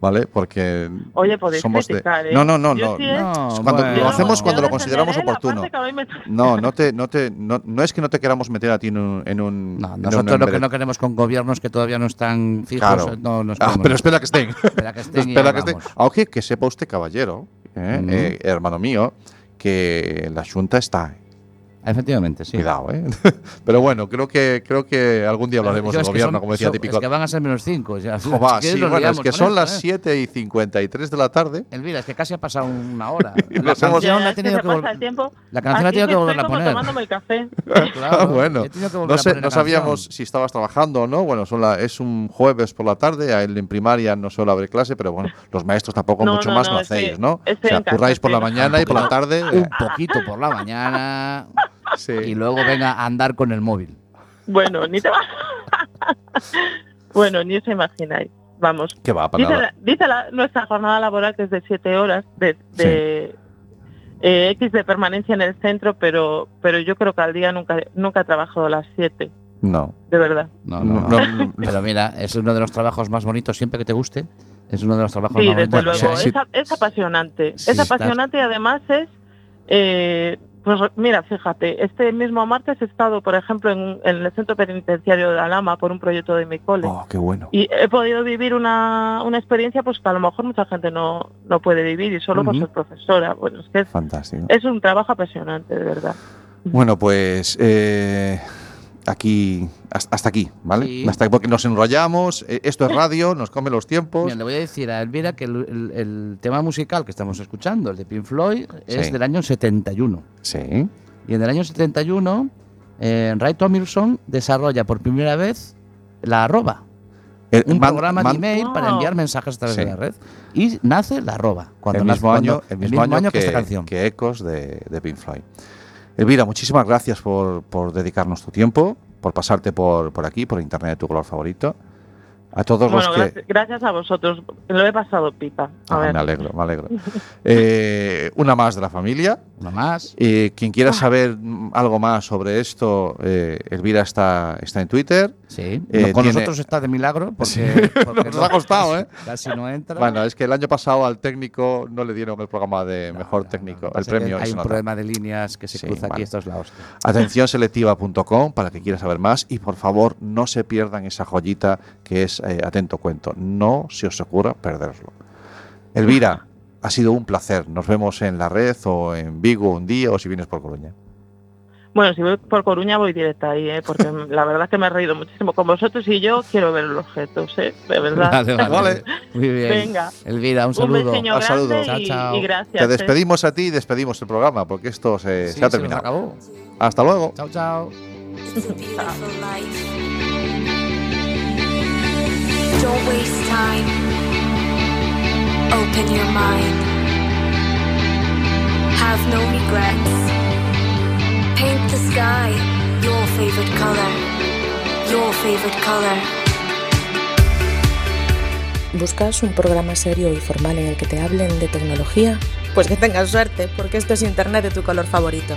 Speaker 3: ¿vale? Porque
Speaker 6: [laughs] Oye, podéis
Speaker 3: somos de-
Speaker 6: criticar, ¿eh?
Speaker 3: No, no, no,
Speaker 6: Yo
Speaker 3: no.
Speaker 6: sí
Speaker 3: no.
Speaker 6: es-
Speaker 4: No,
Speaker 3: Cuando
Speaker 4: bueno.
Speaker 3: lo hacemos
Speaker 6: Yo
Speaker 3: cuando lo
Speaker 6: defenderé
Speaker 3: consideramos
Speaker 6: la parte
Speaker 3: oportuno.
Speaker 6: que a mí me- [laughs]
Speaker 3: No, no te, no te, no, no es que no te queramos meter a ti en un, en un-
Speaker 4: No,
Speaker 3: en un
Speaker 4: nosotros lo que
Speaker 3: embedded.
Speaker 4: no queremos con gobiernos que todavía no están fijos, eh,
Speaker 3: Claro.
Speaker 4: no nos
Speaker 3: Ah,
Speaker 4: podemos-
Speaker 3: pero espera que estén.
Speaker 4: espera que estén
Speaker 3: [laughs]
Speaker 4: y
Speaker 3: Espera que esté.
Speaker 4: hablamos.
Speaker 3: Aunque que sepa usted, caballero, eh,
Speaker 4: Mm.
Speaker 3: eh, hermano mío, que la Junta está.
Speaker 4: Efectivamente, sí.
Speaker 3: Cuidado, ¿eh? [laughs] Pero bueno, creo que, creo que algún día hablaremos
Speaker 4: Yo
Speaker 3: del
Speaker 4: es que
Speaker 3: gobierno,
Speaker 4: son-
Speaker 3: como decía
Speaker 4: son-
Speaker 3: típico.
Speaker 4: Es que van a ser menos 5. Ya, Si [laughs]
Speaker 3: Jova,
Speaker 4: quieres
Speaker 3: sí,
Speaker 4: nos
Speaker 3: bueno, es
Speaker 4: liamos
Speaker 3: que
Speaker 4: con
Speaker 3: son
Speaker 4: esto,
Speaker 3: las
Speaker 4: ¿eh?
Speaker 3: 7 y 53 de la tarde.
Speaker 4: Elvira, es que casi ha pasado una hora.
Speaker 3: [laughs] Y
Speaker 4: La
Speaker 3: nos hemos-
Speaker 4: canción
Speaker 6: Ya,
Speaker 4: la ha
Speaker 6: es que
Speaker 4: tenido
Speaker 6: se
Speaker 4: que
Speaker 6: pasa
Speaker 4: vol-
Speaker 6: el tiempo.
Speaker 4: la canción la he
Speaker 6: Aquí
Speaker 4: tenido que
Speaker 6: estoy
Speaker 4: volver a
Speaker 6: como
Speaker 4: poner.
Speaker 6: tomándome el café.
Speaker 4: Claro,
Speaker 3: Ah, bueno,
Speaker 4: he tenido que volver
Speaker 3: no,
Speaker 4: a
Speaker 3: sé-
Speaker 4: poner
Speaker 3: no
Speaker 4: la canción.
Speaker 3: sabíamos si estabas trabajando o no. Bueno, son la- es un jueves por la tarde. A él en primaria no suele haber clase, pero bueno, los maestros tampoco
Speaker 6: No,
Speaker 3: mucho
Speaker 6: no,
Speaker 3: más
Speaker 6: no,
Speaker 3: lo
Speaker 6: es que-
Speaker 3: hacéis, ¿no?
Speaker 6: es
Speaker 3: o sea,
Speaker 6: en casa,
Speaker 3: curráis por la
Speaker 6: sí.
Speaker 3: mañana y por la
Speaker 6: [laughs]
Speaker 3: tarde.
Speaker 4: Un
Speaker 3: eh,
Speaker 4: poquito por la mañana
Speaker 3: [laughs] sí.
Speaker 4: y luego venga a andar con el móvil.
Speaker 6: Bueno,
Speaker 3: [laughs]
Speaker 6: ni te va. bueno, ni os imagináis. Vamos.
Speaker 3: ¿Qué va? Para
Speaker 6: Dice,
Speaker 3: nada.
Speaker 6: la- dice la- nuestra jornada laboral que es de 7 horas, de, de, eh, X de permanencia en el centro, pero pero yo creo que al día nunca nunca he trabajado las 7,
Speaker 3: No.
Speaker 6: de verdad.
Speaker 4: No, no,
Speaker 3: No,
Speaker 4: no.
Speaker 3: no,
Speaker 4: Pero mira, es uno de los trabajos más bonitos, siempre que te guste. Es uno de los trabajos
Speaker 6: Sí,
Speaker 4: más
Speaker 6: desde
Speaker 4: bonitos.
Speaker 3: bueno,
Speaker 6: luego. ¿eh?
Speaker 3: o sea, sí.
Speaker 6: es, a- es apasionante.
Speaker 4: Sí,
Speaker 6: es
Speaker 4: estás-
Speaker 6: apasionante y además es... eh, pues mira, fíjate, este mismo martes he estado, por ejemplo, en, en el centro penitenciario de Alama por un proyecto de mi cole.
Speaker 3: Oh, qué bueno.
Speaker 6: Y he podido vivir una, una experiencia pues que a lo mejor mucha gente no, no puede vivir y solo por
Speaker 4: Ujú.
Speaker 6: ser profesora. Bueno, es que es,
Speaker 3: Fantástico.
Speaker 6: es un trabajo apasionante, de verdad.
Speaker 3: Bueno, pues eh, aquí hasta hasta aquí, ¿vale?
Speaker 4: Sí.
Speaker 3: Hasta aquí, porque nos enrollamos, eh, esto es radio, nos come los tiempos.
Speaker 4: Mira, le voy a decir a Elvira que el, el- el tema musical que estamos escuchando, el de Pink Floyd,
Speaker 3: Sí.
Speaker 4: es del año 71.
Speaker 3: Sí. Eh,
Speaker 4: Y en el año 71, eh, Ray Tomilson desarrolla por primera vez la arroba,
Speaker 3: El-
Speaker 4: un
Speaker 3: man-
Speaker 4: programa
Speaker 3: man-
Speaker 4: de email para
Speaker 6: Wow.
Speaker 4: enviar mensajes a través
Speaker 3: Sí.
Speaker 4: de la red. Y nace la arroba, cuando
Speaker 3: el
Speaker 4: nace-
Speaker 3: mismo
Speaker 4: cuando-
Speaker 3: año, el mismo año, que,
Speaker 4: que, esta canción.
Speaker 3: que Ecos de, de Pink Floyd. Elvira, muchísimas gracias por, por dedicarnos tu tiempo, por pasarte por, por aquí, por internet de tu color favorito. A todos Pues
Speaker 6: Bueno,
Speaker 3: los que.
Speaker 6: gracias, gracias a vosotros. Lo he pasado pipa. A
Speaker 3: Ah,
Speaker 6: ver.
Speaker 3: me alegro, me alegro. [laughs] Eh, una más de la familia.
Speaker 4: Una más.
Speaker 3: Eh, quien
Speaker 6: Ah.
Speaker 3: quiera saber mm, algo más sobre esto, eh, Elvira está, está en Twitter.
Speaker 4: Sí.
Speaker 3: Eh,
Speaker 4: No, con
Speaker 3: tiene-
Speaker 4: nosotros está de milagro, porque,
Speaker 3: Sí.
Speaker 4: porque
Speaker 3: [laughs] Nos ha costado, ¿eh?
Speaker 4: [laughs] Casi no entra.
Speaker 3: Bueno, es que el año pasado al técnico no le dieron el programa de
Speaker 4: No,
Speaker 3: mejor
Speaker 4: no, no,
Speaker 3: técnico,
Speaker 4: no,
Speaker 3: el
Speaker 4: pasa
Speaker 3: premio.
Speaker 4: que Hay
Speaker 3: eso
Speaker 4: un
Speaker 3: no da.
Speaker 4: problema de líneas que se
Speaker 3: Sí,
Speaker 4: cruza
Speaker 3: vale.
Speaker 4: aquí, esto es la hostia.
Speaker 6: [laughs]
Speaker 3: Atenciónselectiva.com para que quiera saber más y por favor no se pierdan esa joyita que es eh, Atento Cuento. No se os ocurra perderlo. Elvira, ha sido un placer. Nos vemos en la red o en Vigo un día o si vienes por Coruña.
Speaker 6: Bueno, si voy por Coruña voy directa ahí, ¿eh?
Speaker 3: [laughs]
Speaker 6: porque la verdad es que me he reído muchísimo con vosotros y yo quiero ver los objetos, ¿eh? de verdad.
Speaker 3: Vale.
Speaker 4: Muy bien.
Speaker 6: Venga.
Speaker 4: Elvira, un
Speaker 6: Un
Speaker 4: saludo.
Speaker 6: beseño
Speaker 3: Un saludo.
Speaker 6: grande
Speaker 4: Chao,
Speaker 6: y,
Speaker 4: chao.
Speaker 6: y gracias.
Speaker 3: Te
Speaker 6: ¿eh?
Speaker 3: despedimos a ti y despedimos el programa porque esto Eh, se,
Speaker 4: Sí,
Speaker 3: se ha
Speaker 4: se nos
Speaker 3: terminado.
Speaker 4: acabó.
Speaker 3: Hasta luego.
Speaker 4: Chao, chao.
Speaker 1: It's a beautiful life. Don't waste time. Open your mind. Have no regrets. Paint the sky your favorite color. Your favorite color.
Speaker 7: ¿Buscas un programa serio y formal en el que te hablen de tecnología?
Speaker 2: Pues que tengas suerte, porque esto es Internet de tu color favorito.